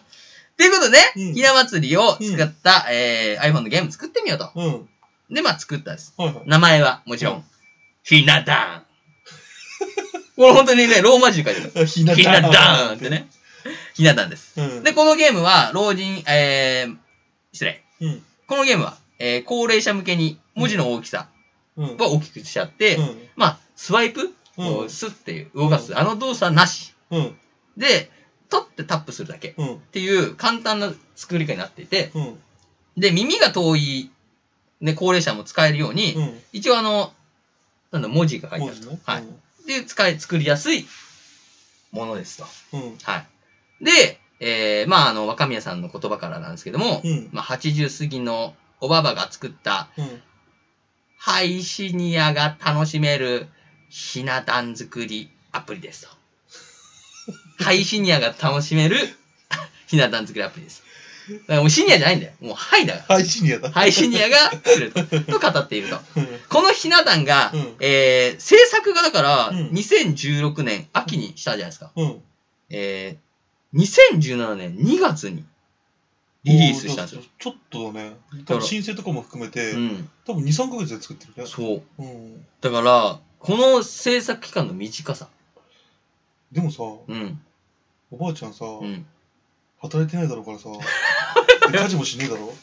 Speaker 2: ていうことで、
Speaker 3: うん
Speaker 2: ひな祭りを使った、えー、iPhone のゲーム作ってみようと。
Speaker 3: うん
Speaker 2: で、まあ作ったんです。
Speaker 3: はいはい
Speaker 2: 名前は、もちろん、ひな 壇。これ本当にね、ローマ字で書いてあ
Speaker 3: ひな
Speaker 2: る。ひな
Speaker 3: だ
Speaker 2: 壇って。ね。ひな壇です。
Speaker 3: うん。
Speaker 2: で、このゲームは、老人、えー、失礼。
Speaker 3: うん。
Speaker 2: このゲームは、えー、高齢者向けに文字の大きさ
Speaker 3: うん。
Speaker 2: は大きくしちゃって、
Speaker 3: うん
Speaker 2: まあ、スワイプ、こ
Speaker 3: う
Speaker 2: うんスッていう動かす、あの動作なし。
Speaker 3: うん。
Speaker 2: で、取ってタップするだけ。っ
Speaker 3: うん。
Speaker 2: ていう簡単な作り方になっていて、
Speaker 3: うん。
Speaker 2: で、耳が遠い、ね、高齢者も使えるように、
Speaker 3: うん。
Speaker 2: 一応あの、なんだ、文字が書いてあると。
Speaker 3: 文字ね
Speaker 2: はい。で、使い、作りやすいものですと。
Speaker 3: うん。
Speaker 2: はい。で、えー、まあ、あの、若宮さんの言葉からなんですけども、
Speaker 3: うん。
Speaker 2: まあ、80過ぎのおばばが作った、
Speaker 3: うん。
Speaker 2: ハイシニアが楽しめるひな壇作りアプリです と。ハイシニアが楽しめる ひな壇作りアプリです。だからもうシニアじゃないんだよ。もうハイだか
Speaker 3: はい、シニアだ。
Speaker 2: ら。ハイシニアが作るとと語っていると。
Speaker 3: うん。
Speaker 2: このひな壇が、
Speaker 3: うん
Speaker 2: えー制作がだから、
Speaker 3: うん
Speaker 2: 2016年秋にしたじゃないですか。
Speaker 3: うん。
Speaker 2: えー、2017年2月にリリースしたんですよ。
Speaker 3: ちょっとだね。多分申請とかも含めて、
Speaker 2: うん。
Speaker 3: 多分2、3ヶ月で作ってるね。
Speaker 2: そう。
Speaker 3: うん。
Speaker 2: だから、この制作期間の短さ。
Speaker 3: でもさ、
Speaker 2: うん。
Speaker 3: おばあちゃんさ、
Speaker 2: うん。
Speaker 3: 働いてないだろうから さ、で家事もしねえだろ。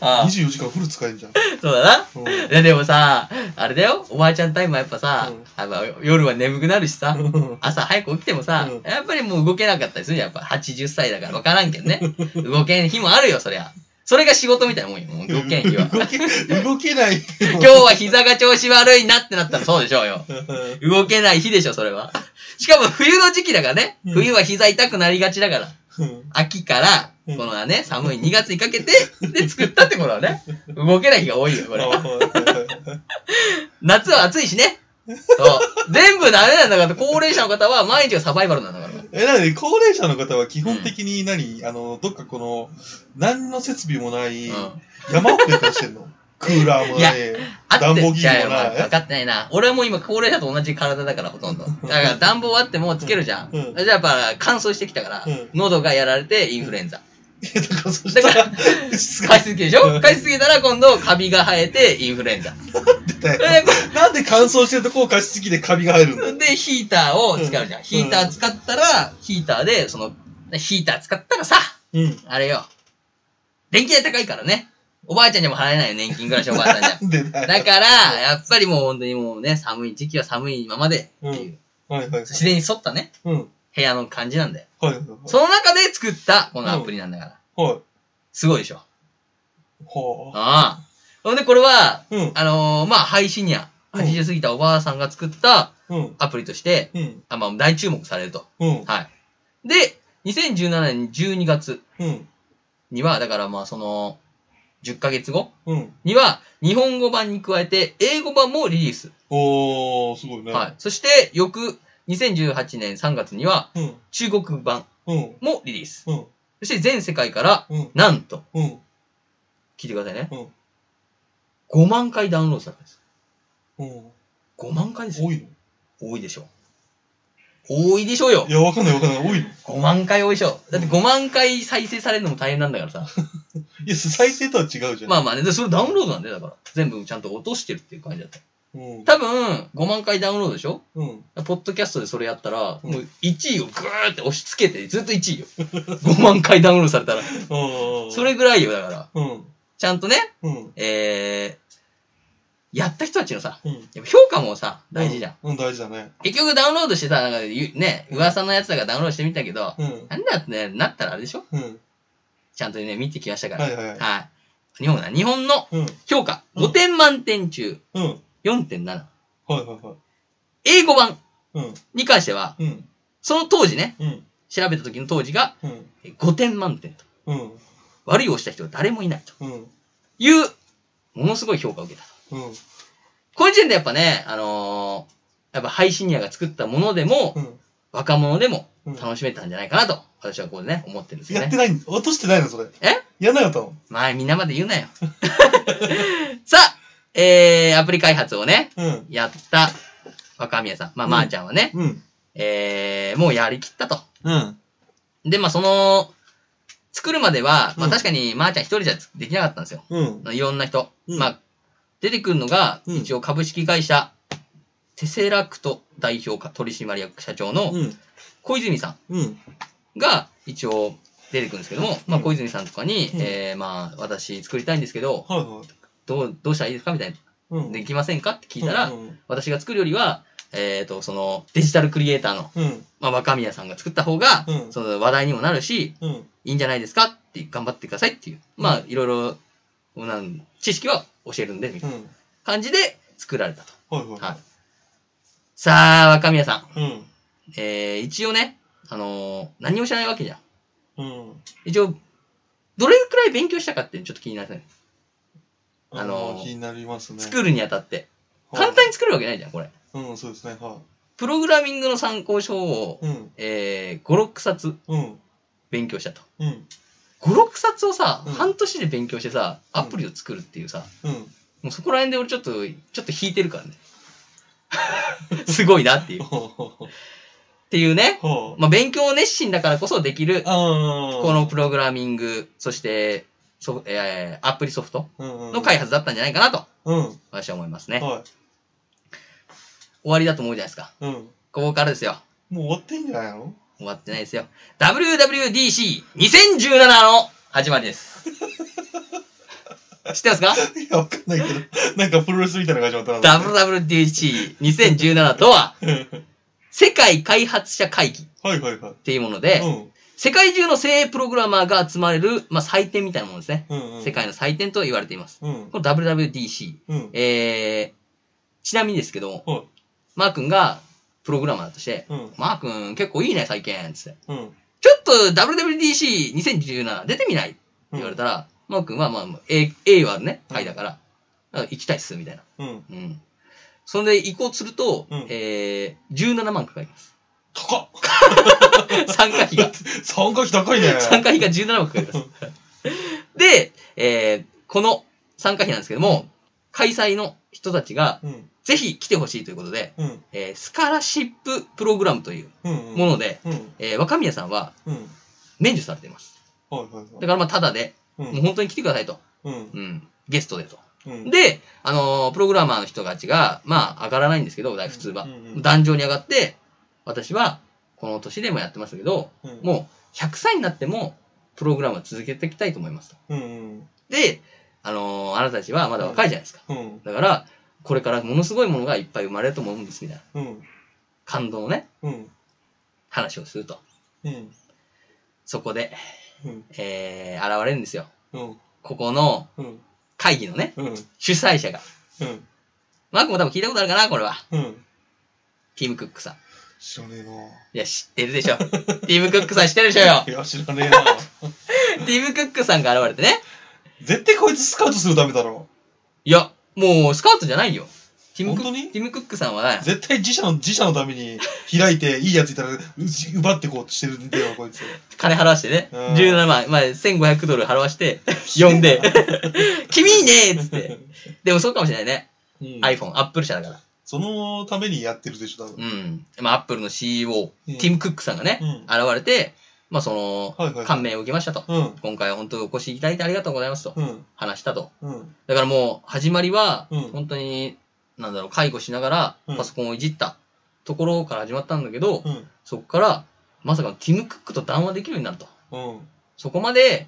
Speaker 2: ああ、
Speaker 3: 24時間フル使えんじゃん。
Speaker 2: そうだな。
Speaker 3: うん
Speaker 2: いやでもさ、あれだよ、おばあちゃんタイムはやっぱさ
Speaker 3: うん、
Speaker 2: あの夜は眠くなるしさ、
Speaker 3: うん
Speaker 2: 朝早く起きてもさ、
Speaker 3: うん
Speaker 2: やっぱりもう動けなかったりするじゃん。やっぱ80歳だから分からんけど ね。動けん日もあるよ、そりゃ。それが仕事みたいなもんよ、もう動けん日は。
Speaker 3: 動け、動けないよ。
Speaker 2: 今日は膝が調子悪いなってなったらそうでしょうよ。
Speaker 3: うん
Speaker 2: 動けない日でしょ、それは。 しかも冬の時期だからね。
Speaker 3: うん
Speaker 2: 冬は膝痛くなりがちだから。
Speaker 3: うん
Speaker 2: 秋から、
Speaker 3: うん
Speaker 2: このね、寒い2月にか けて、で作ったってことはね。動けない日が多いよ、これ。夏は暑いしね。そう。全部ダメなんだから、高齢者の方は毎日がサバイバルなんだから。
Speaker 3: え、なんで、高齢者の方は基本的に何、あの、どっかこの、何の設備もない、
Speaker 2: うん
Speaker 3: 山奥で暮らしてんのクーラーもない、
Speaker 2: あ
Speaker 3: 暖
Speaker 2: って
Speaker 3: 房
Speaker 2: っ
Speaker 3: 器
Speaker 2: ちゃ
Speaker 3: 具
Speaker 2: う
Speaker 3: もな
Speaker 2: よ。分か
Speaker 3: い。
Speaker 2: ってないな。俺はもう今高齢者と同じ体だからほとんど。だから暖房あってもつけるじゃん。
Speaker 3: う
Speaker 2: じゃあ
Speaker 3: ん
Speaker 2: やっぱ乾燥してきたから
Speaker 3: うん、
Speaker 2: 喉がやられてインフルエンザ。
Speaker 3: いやだからそした
Speaker 2: だ
Speaker 3: ら
Speaker 2: か、
Speaker 3: 室
Speaker 2: 買い
Speaker 3: 外
Speaker 2: すぎでしょ買いすぎたら今度カビが生えてインフルエンザ。
Speaker 3: 機だよ
Speaker 2: で、
Speaker 3: なんで乾燥してるとこを加湿器でカビが入るんだよ。
Speaker 2: で、ヒーターを使うじゃん。ヒーター使ったら、ヒーターで、その、ヒーター使ったらさ、
Speaker 3: うん。
Speaker 2: あれよ。電気代高いからね。おばあちゃんにも払えないよ、年金暮らしのおばあちゃんじゃ
Speaker 3: なん でだよ。
Speaker 2: だから、やっぱりもう本当にもうね、寒い時期は寒いままでっていう、
Speaker 3: はいはいはい。
Speaker 2: 自然に沿ったね、
Speaker 3: うん。はい
Speaker 2: 部屋の感じなんだよ。
Speaker 3: はいはい。
Speaker 2: その中で作ったこのアプリなんだから。
Speaker 3: はい。
Speaker 2: すごいでしょ。
Speaker 3: はあ。
Speaker 2: ああ。ほんで、これは、
Speaker 3: うん。
Speaker 2: あのーまあ、配信や、
Speaker 3: うん
Speaker 2: 80過ぎたおばあさんが作った
Speaker 3: うん。
Speaker 2: アプリとして、
Speaker 3: うん。
Speaker 2: あまあ、大注目されると。
Speaker 3: うん。
Speaker 2: はい。で、2017年12月
Speaker 3: うん。
Speaker 2: には、だからまあ、その、10ヶ月後
Speaker 3: うん。
Speaker 2: には、日本語版に加えて、英語版もリリース。
Speaker 3: おー、すごいね。
Speaker 2: はい。そして、翌2018年3月には、
Speaker 3: うん。
Speaker 2: 中国版
Speaker 3: うん。
Speaker 2: もリリース。
Speaker 3: うん。
Speaker 2: そして、全世界から、
Speaker 3: うん。
Speaker 2: なんと、
Speaker 3: うん。
Speaker 2: 聞いてくださいね。
Speaker 3: うん
Speaker 2: 5万回ダウンロードされたんです。
Speaker 3: うん。
Speaker 2: 5万回ですよ。
Speaker 3: 多いの
Speaker 2: 多いでしょ。多いでしょうよ
Speaker 3: い。や、わかんないわかんない。多いの
Speaker 2: 5万回多いでしょ。だって5万回再生されるのも大変なんだからさ。
Speaker 3: いや、再生とは違うじゃん。
Speaker 2: まあまあね、でそれダウンロードなんだよ、だから。全部ちゃんと落としてるっていう感じだった。
Speaker 3: うん。
Speaker 2: 多分、5万回ダウンロードでしょ
Speaker 3: うん。
Speaker 2: ポッドキャストでそれやったら、
Speaker 3: うん
Speaker 2: もう1位をぐーって押し付けて、ずっと1位よ。5万回ダウンロードされたら。
Speaker 3: うん。
Speaker 2: それぐらいよ、だから。
Speaker 3: うん。
Speaker 2: ちゃんとね、
Speaker 3: うん。
Speaker 2: えー、やった人たちのさ、
Speaker 3: うん。
Speaker 2: やっぱ評価もさ、大事じゃん。。
Speaker 3: うん、大事だね。
Speaker 2: 結局ダウンロードしてさ、なんかゆね、噂のやつだからダウンロードしてみたけど、
Speaker 3: うん。
Speaker 2: なんだってね、なったらあれでしょ
Speaker 3: うん。
Speaker 2: ちゃんとね、見てきましたから。
Speaker 3: はいはいはい。
Speaker 2: 日本だ。日本の
Speaker 3: うん。
Speaker 2: 評価、
Speaker 3: うん
Speaker 2: 5点満点中
Speaker 3: うん。はい
Speaker 2: 4.7。
Speaker 3: はいはい。
Speaker 2: 英語版
Speaker 3: うん。
Speaker 2: に関しては、
Speaker 3: うん。
Speaker 2: その当時ね、
Speaker 3: うん。
Speaker 2: 調べた時の当時が
Speaker 3: うん。
Speaker 2: 5点満点と。
Speaker 3: うん。
Speaker 2: 悪いをした人は誰もいないと
Speaker 3: うん。
Speaker 2: いう、ものすごい評価を受けた。
Speaker 3: うん。
Speaker 2: この時点でやっぱね、あのーやっぱハイシニアが作ったものでも、
Speaker 3: うん。
Speaker 2: 若者でも
Speaker 3: うん
Speaker 2: 楽しめたんじゃないかなと、私はこうね、思ってるんですよ
Speaker 3: やって
Speaker 2: ね。
Speaker 3: ないん落としてないのそれ。
Speaker 2: え
Speaker 3: やんなかったの
Speaker 2: まあ、みんなまで言うなよ。 さあ、えー、アプリ開発をね、
Speaker 3: うん。
Speaker 2: やった若宮さん、まあ、
Speaker 3: うん
Speaker 2: まー、ちゃんはね、
Speaker 3: うん。
Speaker 2: えー、もうやりきったと。
Speaker 3: うん。
Speaker 2: で、まあ、その、作るまでは、まあ、
Speaker 3: うん
Speaker 2: 確かに、まーちゃん一人じゃできなかったんですよ。
Speaker 3: うん。
Speaker 2: いろんな人。
Speaker 3: うん
Speaker 2: まあ、出てくるのが、
Speaker 3: うん
Speaker 2: 一応株式会社、テセラクト代表か取締役社長の
Speaker 3: うん。
Speaker 2: 小泉さ
Speaker 3: うん。
Speaker 2: んが一応出てくるんですけども、まあ、
Speaker 3: うん
Speaker 2: 小泉さんとかに、
Speaker 3: うん
Speaker 2: えーまあ、私作りたいんですけど、
Speaker 3: はいはい。
Speaker 2: どう、どうしたらいいですかみたいな。
Speaker 3: うん。
Speaker 2: できませんかって聞いたら、
Speaker 3: うん。
Speaker 2: 私が作るよりは、えっ、と、その、デジタルクリエイターの、
Speaker 3: うん。
Speaker 2: まあ、若宮さんが作った方が、
Speaker 3: うん
Speaker 2: その話題にもなるし、
Speaker 3: うん。
Speaker 2: いいんじゃないですかって、頑張ってくださいっていう。まあ、いろいろ、なん知識は教えるんで、みたいな
Speaker 3: うん。
Speaker 2: 感じで作られたと。
Speaker 3: はいはい。
Speaker 2: はい。さあ、若宮さん。
Speaker 3: うん。
Speaker 2: えー、一応ね、あのー何も知らないわけじゃん。
Speaker 3: うん。
Speaker 2: 一応、どれくらい勉強したかってちょっと気になるね。あのー
Speaker 3: 気になりますね。
Speaker 2: 作るにあたって。
Speaker 3: はい
Speaker 2: 簡単に作るわけないじゃん、これ。
Speaker 3: うん、そうですね。は
Speaker 2: プログラミングの参考書を
Speaker 3: い。、うん。
Speaker 2: えー、5、6冊
Speaker 3: うん。
Speaker 2: 勉強したと。
Speaker 3: うん。
Speaker 2: 5、6冊をさ、
Speaker 3: うん
Speaker 2: 半年で勉強してさ、
Speaker 3: うん
Speaker 2: アプリを作るっていうさ、
Speaker 3: うん。
Speaker 2: もうそこら辺で俺ちょっと、ちょっと引いてるからね。 すごいなっていう。っ
Speaker 3: ほうほうほう
Speaker 2: ていうね。
Speaker 3: ほう。
Speaker 2: まあ、勉強熱心だからこそできる、
Speaker 3: あ
Speaker 2: このプログラミング、そして、ソフえーアプリソフト
Speaker 3: の
Speaker 2: の開発だったんじゃないかなと、
Speaker 3: うん。
Speaker 2: 私は思いますね。終
Speaker 3: はい。
Speaker 2: わりだと思うじゃないですか。
Speaker 3: うん。
Speaker 2: ここからですよ。
Speaker 3: もう終わってんじゃないの
Speaker 2: 終わってないですよ。WWDC2017 の始まり です。知ってますか
Speaker 3: いや、わかんないけど、なんかプロレスみたいな感じだったな。
Speaker 2: ?WWDC2017 とは、世界開発者会議っ
Speaker 3: はいはいは
Speaker 2: ていうもの
Speaker 3: い。
Speaker 2: で、
Speaker 3: うん
Speaker 2: 世界中の精鋭プログラマーが集まれる、まあ、祭典みたいなものですね。
Speaker 3: うんうん。
Speaker 2: 世。界の祭典と言われています。
Speaker 3: うん。
Speaker 2: この WWDC。
Speaker 3: うん。
Speaker 2: えー、ちなみにですけども、
Speaker 3: はい。
Speaker 2: マー君がプログラマーだとして、
Speaker 3: うん。
Speaker 2: マー君結構いいね、最近。つって。
Speaker 3: うん。
Speaker 2: ちょっと WWDC2017 出てみないって言われたら、マー君はまあ、A、A はね、タイだから、だから行きたいっす、みたいな。
Speaker 3: うん。
Speaker 2: うん。それで移行すると、
Speaker 3: うん
Speaker 2: えー、17万かかります。
Speaker 3: 高っ
Speaker 2: 参加費が。
Speaker 3: 参加費高いね。
Speaker 2: 参加費が17万かかります。で、えーこの参加費なんですけども、開催の人たちが
Speaker 3: うん。
Speaker 2: ぜひ来てほしいということで、
Speaker 3: うん。
Speaker 2: えースカラシッププログラムという
Speaker 3: うん。うん
Speaker 2: も。ので、
Speaker 3: うん。
Speaker 2: えー若宮さんは
Speaker 3: うん。
Speaker 2: 免除されています。
Speaker 3: はいはいは
Speaker 2: だ
Speaker 3: い。
Speaker 2: からまあ、ただで、
Speaker 3: う。
Speaker 2: もうん本当に来てくださいと。
Speaker 3: うん。
Speaker 2: うん。ゲストでと。
Speaker 3: うん。
Speaker 2: で、あのープログラマーの人たちが、まあ、上がらないんですけど、普通は
Speaker 3: うんうんうん。
Speaker 2: 壇上に上がって、私は、この年でもやってますけど、
Speaker 3: うん。
Speaker 2: もう、100歳になっても、プログラムは続けていきたいと思いますと。
Speaker 3: うん。うん。
Speaker 2: で、あのーあなたたちはまだ若いじゃないですか。
Speaker 3: うん。
Speaker 2: だから、これからものすごいものがいっぱい生まれると思うんです、みたいな。
Speaker 3: うん。
Speaker 2: 感動のね、
Speaker 3: うん。
Speaker 2: 話をすると。
Speaker 3: うん。
Speaker 2: そこで、
Speaker 3: うん。
Speaker 2: えー、現れるんですよ。
Speaker 3: うん。
Speaker 2: ここの
Speaker 3: うん。
Speaker 2: 会議のね、
Speaker 3: うん。
Speaker 2: 主催者が。
Speaker 3: うん。
Speaker 2: マークも多分聞いたことあるかな、これは。
Speaker 3: うん。
Speaker 2: ティーム・クックさん。
Speaker 3: 知らねえない
Speaker 2: や、知ってるでしょ。ティーム・クックさん知ってるでしょ よ。
Speaker 3: いや、知らねえな
Speaker 2: ティーム・クックさんが現れてね。
Speaker 3: 絶対こいつスカウトするためだろ。
Speaker 2: いや、もうスカウトじゃないよ。ティムク
Speaker 3: 本当に
Speaker 2: ティム・クックさんはね、
Speaker 3: 絶対自社の、自社のために開いて、いいやついたら、うち奪ってこうとしてるんだよ、こいつ。
Speaker 2: 金払わしてね、
Speaker 3: うん
Speaker 2: 17万、まあ、1500ドル払わ して、呼んで、君いいねっつって。でもそうかもしれないね。
Speaker 3: うん、
Speaker 2: iPhone、Apple 社だから。
Speaker 3: そのためにやってるでしょ、多
Speaker 2: う
Speaker 3: 分。
Speaker 2: ん。まあ、Apple の CEO、
Speaker 3: うん
Speaker 2: ティム・クックさんがね、
Speaker 3: うん
Speaker 2: 現れて、まあ、そ
Speaker 3: はいは
Speaker 2: の、
Speaker 3: い
Speaker 2: 感銘を受けましたと。
Speaker 3: うん。
Speaker 2: 今回は本当にお越しいただいてありがとうございますと。
Speaker 3: うん。
Speaker 2: 話したと。
Speaker 3: うん。
Speaker 2: だからもう、始まりは、
Speaker 3: うん
Speaker 2: 本当に、なんだろう、介護しながら
Speaker 3: う、ん
Speaker 2: パソコンをいじったところから始まったんだけど、
Speaker 3: うん。
Speaker 2: そこから、まさかのティム・クックと談話できるようになると。
Speaker 3: うん。
Speaker 2: そこまで、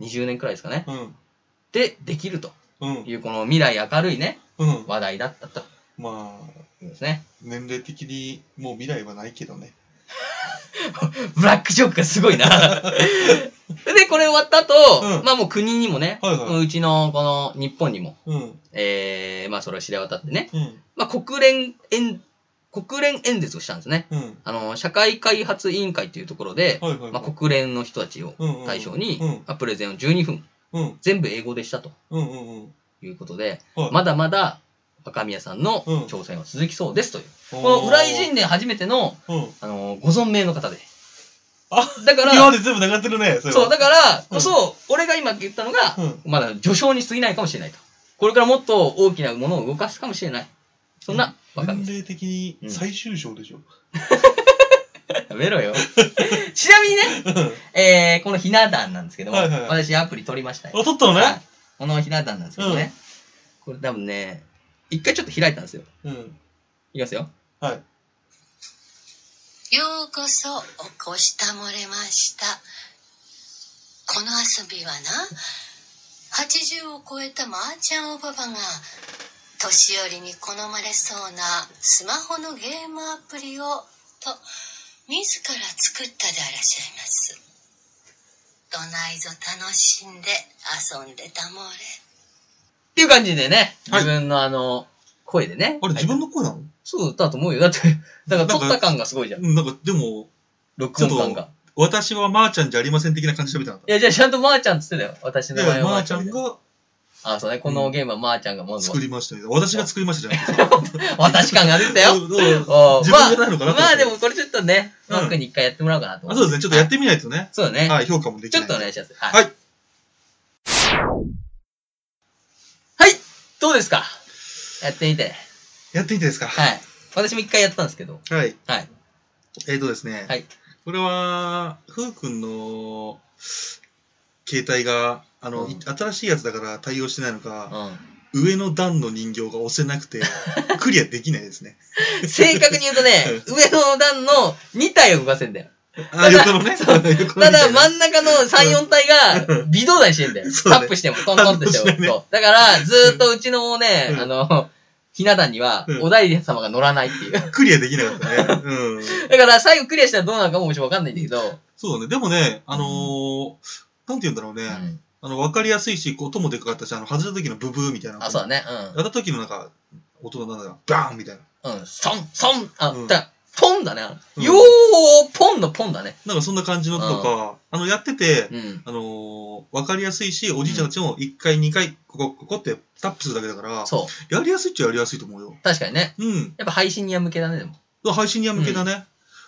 Speaker 2: 20年くらいですかね。
Speaker 3: うん。
Speaker 2: で、できると
Speaker 3: うん。
Speaker 2: いう、この未来明るいね、
Speaker 3: うん。
Speaker 2: 話題だったと。
Speaker 3: まあ、
Speaker 2: いうですね。
Speaker 3: 年齢的にもう未来はないけどね。
Speaker 2: ブラックジョークがす ごいな。で、これ終わった後、
Speaker 3: うん
Speaker 2: まあもう国にもね、
Speaker 3: はいはいう
Speaker 2: ちのこの日本にも、
Speaker 3: うん。
Speaker 2: えー、まあそれを知れ渡ってね、
Speaker 3: うん。
Speaker 2: まあ国連演、国連演説をしたんですね。
Speaker 3: うん。
Speaker 2: あの、社会開発委員会というところで、
Speaker 3: はいはいはい。
Speaker 2: まあ国連の人たちを
Speaker 3: うんうん
Speaker 2: 対象に、
Speaker 3: うん
Speaker 2: まあプレゼンを12分、
Speaker 3: うん。
Speaker 2: 全部英語でしたと
Speaker 3: うん。うん。うん。
Speaker 2: いうことで、
Speaker 3: はい
Speaker 2: まだまだ若宮さんの
Speaker 3: うん
Speaker 2: 挑戦は続きそうですという。
Speaker 3: こ
Speaker 2: この浦井陣で初めての、
Speaker 3: うん。
Speaker 2: あの、ご存命の方で。
Speaker 3: あ
Speaker 2: だから、
Speaker 3: 今まで全部流ってるね、それ
Speaker 2: そう、
Speaker 3: は。
Speaker 2: だからこそ、俺が今言ったのが、
Speaker 3: うん
Speaker 2: まだ序章に過ぎないかもしれないと。これからもっと大きなものを動かすかもしれない。そんな、若
Speaker 3: 年
Speaker 2: 宮
Speaker 3: 齢的に最終章でしょ。
Speaker 2: やめろよ。 ちなみにね、
Speaker 3: うん。あ、
Speaker 2: えー、このひな壇なんですけども、
Speaker 3: はいはいはい
Speaker 2: 私アプリ取りましたよ。
Speaker 3: 取ったの
Speaker 2: はい
Speaker 3: ね。
Speaker 2: このひな壇なんですけどね、これ多分ね、一回ちょっと開いたんですよ。
Speaker 3: うん。
Speaker 2: いきますよ。
Speaker 3: はい。
Speaker 4: ようこそお越したもれましたこの遊びはな80を超えたまーちゃんおばばが年寄りに好まれそうなスマホのゲームアプリをと自ら作ったであらっしゃいますどないぞ楽しんで遊んでたもれ
Speaker 2: っていう感じでね、
Speaker 3: はい
Speaker 2: 自分のあの、声でね。
Speaker 3: あれ、自
Speaker 2: はい
Speaker 3: 分の声なの
Speaker 2: そうだったと思うよ。だ って、だから撮った感がすごいじゃん。
Speaker 3: うんなんか、でも、
Speaker 2: 録音感が。
Speaker 3: 私はまーちゃんじゃありません的な感じ喋ってなかっ
Speaker 2: いや、じゃあちゃんとまーちゃんっつってたよ。私
Speaker 3: た。
Speaker 2: の
Speaker 3: で
Speaker 2: 名前、は
Speaker 3: まーちゃんが
Speaker 2: あ、そうね。このゲームはまーちゃんがもう、
Speaker 3: 作りましたよ。私が作りましたじゃ なくて。
Speaker 2: 私感が出てたよ。
Speaker 3: どうどう
Speaker 2: おう
Speaker 3: 自分じゃないのかなと思って
Speaker 2: まあ、まあでもこれちょっとね、
Speaker 3: うん
Speaker 2: マックに一回やってもらおうかなと思
Speaker 3: あそうですね、ちょっとやってみないとね。
Speaker 2: そうだね。
Speaker 3: はい、評価もでき
Speaker 2: ち
Speaker 3: な
Speaker 2: ょ
Speaker 3: い。
Speaker 2: っとお願いします。
Speaker 3: はい
Speaker 2: はい。はい。どうですかやってみて。
Speaker 3: やってみてですか。
Speaker 2: はいい。私も一回やったんですけど。
Speaker 3: はい。
Speaker 2: はい。
Speaker 3: えっ、とですね。
Speaker 2: はい。
Speaker 3: これは、ふうくんの携帯が、あの、
Speaker 2: うん
Speaker 3: い新しいやつだから対応してないのか、
Speaker 2: う
Speaker 3: 上の段の人形が押せなく て、クリアできないですね。
Speaker 2: ん。正確に言うとね、上の段の2体を動かせんだよ。ただ
Speaker 3: あ、横のね。
Speaker 2: そう
Speaker 3: 横の
Speaker 2: た
Speaker 3: みた
Speaker 2: だ
Speaker 3: いな
Speaker 2: 真ん中の3、4体が微動だにしてんだよ。
Speaker 3: そうだね
Speaker 2: タップしても、トントンってして
Speaker 3: タップして
Speaker 2: も。
Speaker 3: ね
Speaker 2: そうだから、ずーっとうちのね、
Speaker 3: うん
Speaker 2: あの、ひな壇には
Speaker 3: う、ん
Speaker 2: おだいり様が乗らないっていう。
Speaker 3: クリアできなかったね。うん。
Speaker 2: だから、最後クリアしたらどうなるかももちろんわかんないんだけど、
Speaker 3: そうだね。でもね、あのーなんて言うんだろうね。
Speaker 2: うん
Speaker 3: あの、わかりやすいし、こう音もでかかったし、あの、外れた時のブブーみたいな。
Speaker 2: あ、そうだね。
Speaker 3: やった時のなんか、音がなんだろう、バーンみたいな。
Speaker 2: うん。うん。ソン、ソン、あ、
Speaker 3: うん
Speaker 2: だ、ポンだね。
Speaker 3: うん
Speaker 2: よー、ポンのポンだね。
Speaker 3: なんかそんな感じのとか、あの、やってて、
Speaker 2: うん。
Speaker 3: あのー、わかりやすいし、おじいちゃんたちも1回、2回、ここ、ここってタップするだけだから、
Speaker 2: そ
Speaker 3: やりやすいっちゃやりやすいと思うよ。
Speaker 2: う。確かにね。
Speaker 3: うん。
Speaker 2: やっぱ配信には向けだね、でも。
Speaker 3: 配信屋向けだね。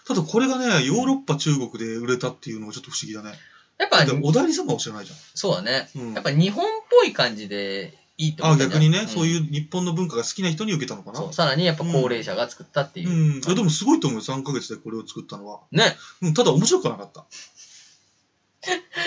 Speaker 3: ただこれがね、ヨーロッパ、中国で売れたっていうのがちょっと不思議だね。
Speaker 2: やっぱ、
Speaker 3: でもおだいり様を知らないじ
Speaker 2: そうだね。
Speaker 3: ゃん。うん。
Speaker 2: やっぱ日本っぽい感じでいいって
Speaker 3: あ
Speaker 2: 思ったんじゃ
Speaker 3: 逆
Speaker 2: ない
Speaker 3: にね、そう
Speaker 2: う
Speaker 3: いう日本の文化が好きな人に受けたのか
Speaker 2: ん。
Speaker 3: な。
Speaker 2: そう。さらにやっぱ高齢者が作ったっていうう。
Speaker 3: ん。いやでもすごいと思うよ、3ヶ月でこれを作ったのは。
Speaker 2: ね。
Speaker 3: うん、ただ面白くはなか った。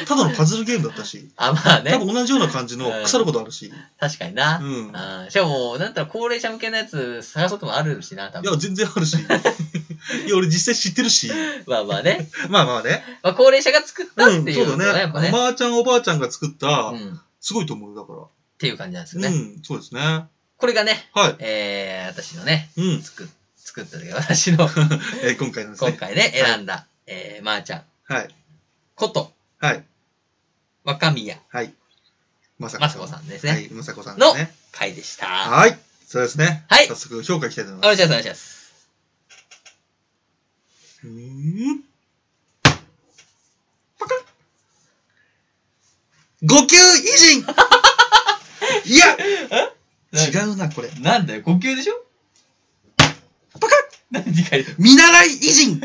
Speaker 3: ただのパズルゲームだったし、
Speaker 2: あ、まあ
Speaker 3: 多
Speaker 2: ね。
Speaker 3: 分同じような感じの
Speaker 2: うん
Speaker 3: 腐ることあるし、
Speaker 2: 確かにな。
Speaker 3: うん。
Speaker 2: あーしかも、なんたら高齢者向けのやつ探そうともあるしな、多
Speaker 3: いや、
Speaker 2: 分。
Speaker 3: 全然ある し。いや、俺実際知ってるし。
Speaker 2: まあまあね。
Speaker 3: まあまあね。
Speaker 2: まあ、高齢者が作った
Speaker 3: う
Speaker 2: っ
Speaker 3: ん、
Speaker 2: てい
Speaker 3: そう
Speaker 2: の
Speaker 3: う
Speaker 2: がね、
Speaker 3: だ
Speaker 2: や
Speaker 3: ね
Speaker 2: っ。ぱね。
Speaker 3: おばあちゃんおばあちゃんが作った
Speaker 2: う、ん。っ
Speaker 3: すごいと思うよ、だか
Speaker 2: ていう感じなんですよ
Speaker 3: ら。う
Speaker 2: ね。
Speaker 3: ん、そうですね。は
Speaker 2: これがね、
Speaker 3: い。
Speaker 2: えー、私のね、
Speaker 3: うん。
Speaker 2: 作、作った時、私 の
Speaker 3: えー今回なんです
Speaker 2: 今
Speaker 3: ね。
Speaker 2: 回ね、選んだ、えー、まー、ちゃん
Speaker 3: はい。
Speaker 2: こと、
Speaker 3: はい。
Speaker 2: 若宮
Speaker 3: はい。まさこ
Speaker 2: ま
Speaker 3: さ
Speaker 2: さ
Speaker 3: ん。
Speaker 2: こさんです
Speaker 3: は
Speaker 2: ね。
Speaker 3: い、まさこさんですね。
Speaker 2: 回でした。
Speaker 3: はい。そうですね。
Speaker 2: はい
Speaker 3: 早速、評価いきたいと思い
Speaker 2: お
Speaker 3: ま
Speaker 2: 願いしま
Speaker 3: す。
Speaker 2: す、お願いします。
Speaker 3: うーん。パカッ五級偉 人いや違うな、これ。
Speaker 2: なんだよ、呼吸でしょ
Speaker 3: パカッ
Speaker 2: 何書いて
Speaker 3: 見習い偉 人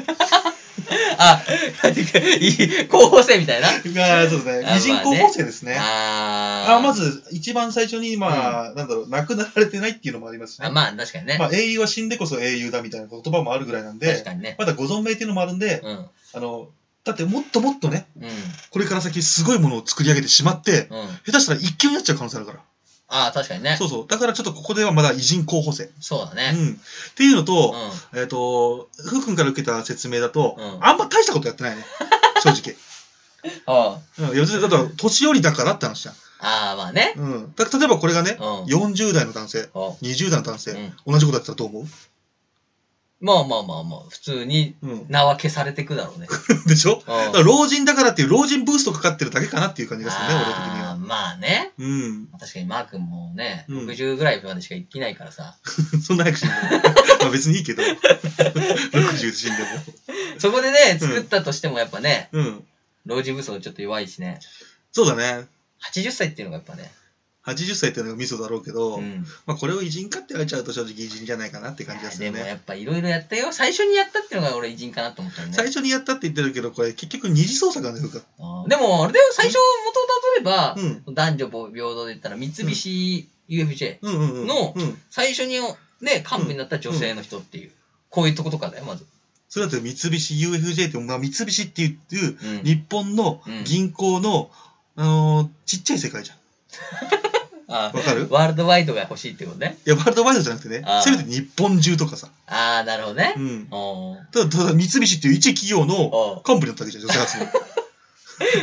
Speaker 2: あ、何書いて候補生みたいな。
Speaker 3: が、そうですね。
Speaker 2: あ
Speaker 3: 偉人候補生ですね。
Speaker 2: あー
Speaker 3: あまず、一番最初に、まあ、なんだろう、亡くなられてないっていうのもありますしね。
Speaker 2: あまあ、確かにね。
Speaker 3: まあ、英雄は死んでこそ英雄だみたいな言葉もあるぐらいなん
Speaker 2: 確
Speaker 3: で、
Speaker 2: かにね。
Speaker 3: まだご存命っていうのもあるんで、
Speaker 2: うん。
Speaker 3: あの、だってもっともっとね、
Speaker 2: うん。
Speaker 3: これから先すごいものを作り上げてしまって、
Speaker 2: うん。
Speaker 3: 下手したら一級になっちゃう可能性あるから。
Speaker 2: ああ、確かにね。
Speaker 3: そうそう。だからちょっとここではまだ偉人候補生。
Speaker 2: そうだ
Speaker 3: う
Speaker 2: ね。
Speaker 3: ん。っていうの
Speaker 2: うん
Speaker 3: と、。えっ、と、ふうくんから受けた説明だと、
Speaker 2: うん
Speaker 3: あんま大したことやってないね。正直。
Speaker 2: あ
Speaker 3: うん。いや、別にだから年寄りだからって話じゃん。
Speaker 2: あー、まあね。
Speaker 3: うん。だ例えばこれがね、
Speaker 2: うん。
Speaker 3: 40代の男性、
Speaker 2: お
Speaker 3: 20代の男性、
Speaker 2: うん
Speaker 3: 同じことやってたらどう思
Speaker 2: まあまあまあまあ、普通に
Speaker 3: ううん。
Speaker 2: 名は消されてくだろうね。
Speaker 3: でしょ
Speaker 2: う
Speaker 3: だから
Speaker 2: ん。
Speaker 3: 老人だからっていう老人ブーストかかってるだけかなっていう感じがするね、俺的に
Speaker 2: あ
Speaker 3: は。
Speaker 2: ーまあね。
Speaker 3: うん。
Speaker 2: 確かにマー君もね、
Speaker 3: うん
Speaker 2: 60ぐらいまでしか生きないからさ、
Speaker 3: そん な早く死んでも。まあ別にいいけど。60で死んでも。
Speaker 2: そこでね、作ったとしてもやっぱね、
Speaker 3: うん。
Speaker 2: 老人武装ちょっと弱いしね、
Speaker 3: そうだね。
Speaker 2: 80歳っていうのがやっぱね、
Speaker 3: 80歳っていうのがミソだろうけど、
Speaker 2: うん。
Speaker 3: まあこれを偉人かって言われちゃうと正直偉人じゃないかなって感じがす
Speaker 2: で
Speaker 3: る
Speaker 2: も
Speaker 3: ね。
Speaker 2: やっぱいろいろやったよ。最初にやったっていうのが俺偉人かなと思ったよね。
Speaker 3: 最初にやったって言ってるけど、これ結局二次創作なんだよ、ふうか。
Speaker 2: あーでも、あれだよ、最初元をたどれば、
Speaker 3: うん。
Speaker 2: 男女平等で言ったら、三菱 UFJ、
Speaker 3: うんうんうん。
Speaker 2: の
Speaker 3: うん。
Speaker 2: 最初にね、幹部になった女性の人っていう、こういうとことかだよ、まず。
Speaker 3: それだって三菱 UFJ って、まあ、三菱っていうっていう
Speaker 2: うん
Speaker 3: 日本の銀行の、あのーちっちゃい世界じゃん。
Speaker 2: あー
Speaker 3: わかる
Speaker 2: ワールドワイドが欲しいってことね。
Speaker 3: いや、ワールドワイドじゃなくてね
Speaker 2: あー、
Speaker 3: せめて日本中とかさ。
Speaker 2: ああ、なるほどね
Speaker 3: う。ん。
Speaker 2: おー
Speaker 3: ただ、ただ三菱っていう一企業の
Speaker 2: おー
Speaker 3: 幹部になったわけじゃん、女性初の。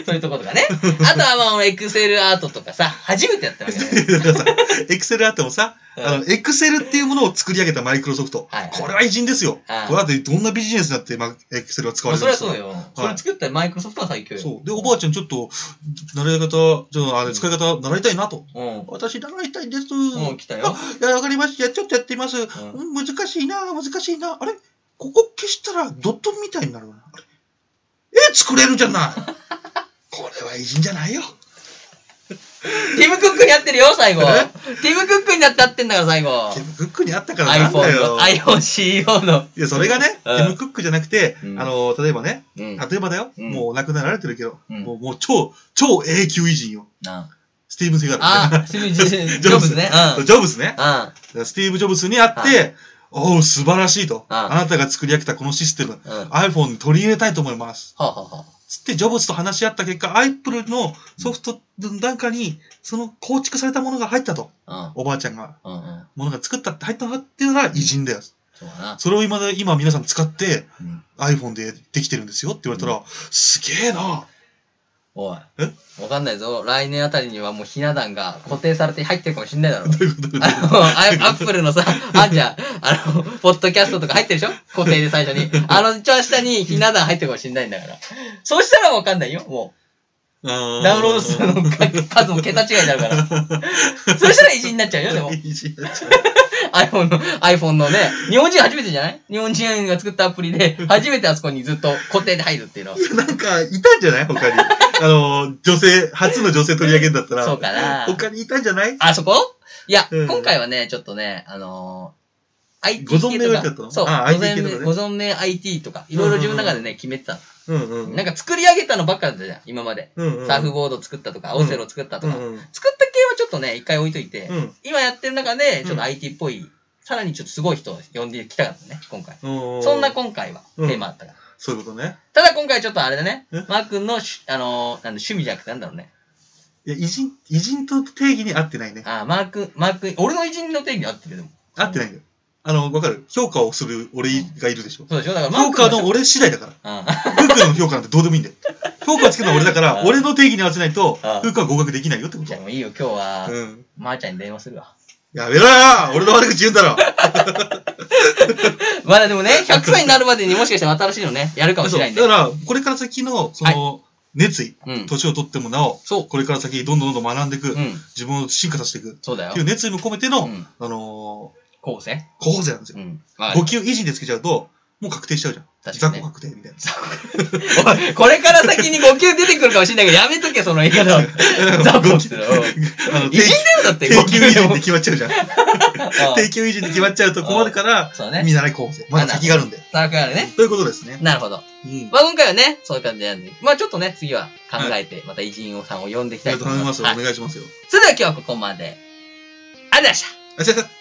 Speaker 2: そういうとことかね。あとは、まあ、エクセルアートとかさ、初めてやったわけだよ ね。
Speaker 3: だからさ、エクセルあってもさ、
Speaker 2: うん
Speaker 3: あの、エクセルっていうものを作り上げたマイクロソフト。
Speaker 2: はいはい
Speaker 3: これは偉人ですよ。
Speaker 2: あー
Speaker 3: これだってどんなビジネスだって、まあ、エクセルは使わ
Speaker 2: まあ
Speaker 3: れて
Speaker 2: そ
Speaker 3: る
Speaker 2: れ
Speaker 3: ん
Speaker 2: は
Speaker 3: ですよ
Speaker 2: そうよ。それ作ったらマイクロソフトは最強よ。
Speaker 3: そう。で、おばあちゃんちょっと、習い方、じゃあ、あれ、使い方、習いたいなと。
Speaker 2: うん。
Speaker 3: 私、習いたいです。
Speaker 2: もう来たよ。
Speaker 3: いや、わかりました。ちょっとやってみます。
Speaker 2: ん
Speaker 3: うん難しいな、難しいな。あれここ消したらドットみたいになるな。あれえ、作れるじゃ ないこれは偉人じゃないよ。
Speaker 2: ティム・クックに合ってるよ、最後。テ
Speaker 3: え
Speaker 2: ィム・クックになって合ってんだから、最後。
Speaker 3: ティム・クックにあったからなんだ
Speaker 2: iPhone
Speaker 3: よ
Speaker 2: の、。iPhoneCEO の。
Speaker 3: いや、それがね、テ
Speaker 2: うん
Speaker 3: ィム・クックじゃなくて、
Speaker 2: うん
Speaker 3: あの、例えばね、
Speaker 2: うん。
Speaker 3: 例えばだよ、
Speaker 2: うん
Speaker 3: もうお亡くなられてるけど、
Speaker 2: うん
Speaker 3: もうもう超、超永久偉人よ。
Speaker 2: な
Speaker 3: スティーブン・セガール。
Speaker 2: あ、スティーブン・ジョジョブズね。 うん。
Speaker 3: ジョブズね。
Speaker 2: うん。
Speaker 3: スティーブ・ジョブズに会って、おう、素晴らしいと。
Speaker 2: うん
Speaker 3: あなたが作り上げたこのシステム、
Speaker 2: うん。は
Speaker 3: iPhone に取り入れたいと思います。
Speaker 2: あ、はあはあ、
Speaker 3: つって、ジョブズと話し合った結果、Apple のソフトの中に、その構築されたものが入ったと。
Speaker 2: うん
Speaker 3: おばあちゃんが、
Speaker 2: うんうん。
Speaker 3: ものが作ったって入ったのかっていうのが偉人だよ。
Speaker 2: そうだな。
Speaker 3: それを今で、今皆さん使って、
Speaker 2: うん
Speaker 3: iPhone でできてるんですよって言われたら、すげえな
Speaker 2: おい。
Speaker 3: え
Speaker 2: わかんないぞ。来年あたりにはもうひな壇が固定されて入ってるかもしんないだろ う。
Speaker 3: ということで、
Speaker 2: あの、アアップルのさ、あんじゃん。あの、ポッドキャストとか入ってるでしょ固定で最初に。あの、一番下にひな壇入ってるかもしんないんだから。そうしたらわかんないよ、もう。ダ
Speaker 3: ダ
Speaker 2: ウンロード数の数も桁違いになるから。 そうしたら意地になっちゃうよ、でも。iPhone の、iPhone のね、日本人初めてじゃない日本人が作ったアプリで、初めてあそこにずっと固定で入るっていうのは。
Speaker 3: なんか、いたんじゃない他に。あの、女性、初の女性取り上げんだったら。
Speaker 2: そうかな
Speaker 3: 他にいたんじゃない
Speaker 2: あそこいや、
Speaker 3: うん
Speaker 2: 今回はね、ちょっとね、あのー、IT
Speaker 3: ご存命
Speaker 2: 系
Speaker 3: が
Speaker 2: と
Speaker 3: 言ってた
Speaker 2: か、
Speaker 3: の
Speaker 2: そう、ご
Speaker 3: あ IT 系とかね
Speaker 2: 存命、ご存命 IT とか、いろいろ自分の中でね、決めてたの。
Speaker 3: うんうん。
Speaker 2: なんか作り上げたのばっかだったじゃん、今まで。
Speaker 3: うんうん、
Speaker 2: サーフボード作ったとか、オセロ作ったとか。
Speaker 3: うんうん
Speaker 2: 作った系はちょっとね、一回置いといて、
Speaker 3: うん
Speaker 2: 今やってる中で、ちょっ
Speaker 3: うん
Speaker 2: と IT っぽい、さらにちょっとすごい人を呼んできたかったね、今回。
Speaker 3: う
Speaker 2: そんな今回は、テ
Speaker 3: うん
Speaker 2: ーマあったから。
Speaker 3: そういうことね。
Speaker 2: ただ今回ちょっとあれだね
Speaker 3: え、
Speaker 2: マー君のし、あのーなんだ趣味じゃなくてなんだろうね。
Speaker 3: いや、偉人、偉人と定義に合ってないね。
Speaker 2: あー、マー君、マー君、俺の偉人の定義に合ってるよでも。
Speaker 3: 合ってないんだよ。あの、わかる評価をする俺がいるでしょ。
Speaker 2: そうでしょだからマー
Speaker 3: 評価の
Speaker 2: 俺。
Speaker 3: 俺次 第だから。
Speaker 2: うん。
Speaker 3: ふうくんの評価なんてどうでもいいんだよ。評価をつけたのは俺だから、
Speaker 2: うん
Speaker 3: 俺の定義に合わせないと、
Speaker 2: うん
Speaker 3: ふうくんは合格できないよってこ
Speaker 2: じ
Speaker 3: と
Speaker 2: ゃあ。もういいよ、今日は、
Speaker 3: うん。
Speaker 2: まーちゃんに電話するわ。
Speaker 3: やめろよ俺の悪口言うんだろ
Speaker 2: まだでもね、100歳になるまでにもしかしたら新しいのね、やるかもしれないんで。
Speaker 3: そうだから、これから先の、その、熱意、
Speaker 2: うん。
Speaker 3: 年を取ってもなお、
Speaker 2: そう。
Speaker 3: これから先どんどんどんどん学んでいく、
Speaker 2: うん。
Speaker 3: 自分を進化させていく、
Speaker 2: そうだよ
Speaker 3: ってい。う熱意も込めての、
Speaker 2: うん
Speaker 3: あの
Speaker 2: 構成
Speaker 3: ー、候補生なんですよ
Speaker 2: う。ん。まあ、
Speaker 3: 5級維持でつけちゃうと、もう確定しちゃうじゃん。
Speaker 2: 確か
Speaker 3: 雑
Speaker 2: にね
Speaker 3: 魚確定み たいな。
Speaker 2: おい これから先に5級出てくるかもしれないけど、やめとけ、その言い 方は。ザボって言ってたようん
Speaker 3: あの
Speaker 2: いじんでるんだって、
Speaker 3: 定
Speaker 2: 5
Speaker 3: 級
Speaker 2: 級で
Speaker 3: 維持
Speaker 2: も
Speaker 3: で。決まっちゃうじゃん。定級維持で決まっちゃうと困るから、
Speaker 2: そうね。
Speaker 3: 見習い候補生。まだ先があるんで。
Speaker 2: なるほどね。
Speaker 3: ということですね。
Speaker 2: なるほど。
Speaker 3: うん。
Speaker 2: まあ今回はね、そういう感じなんで。まあちょっとね、次は考えて、また偉人さんを呼んでいきたいと
Speaker 3: 頼
Speaker 2: 思い
Speaker 3: み
Speaker 2: ま。
Speaker 3: ますす
Speaker 2: は
Speaker 3: よ。
Speaker 2: い
Speaker 3: お願いしますよ。
Speaker 2: それでは今日はここまで。ありがとうございました。
Speaker 3: あ、先生。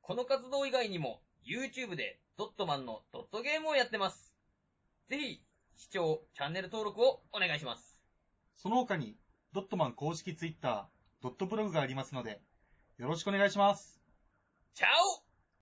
Speaker 2: この活動以外にも、YouTube でドットマンのドットゲームをやってます。ぜひ、視聴、チャンネル登録をお願いします。
Speaker 3: その他に、ドットマン公式ツイッター、ドットブログがありますので、よろしくお願いします。
Speaker 2: チャオ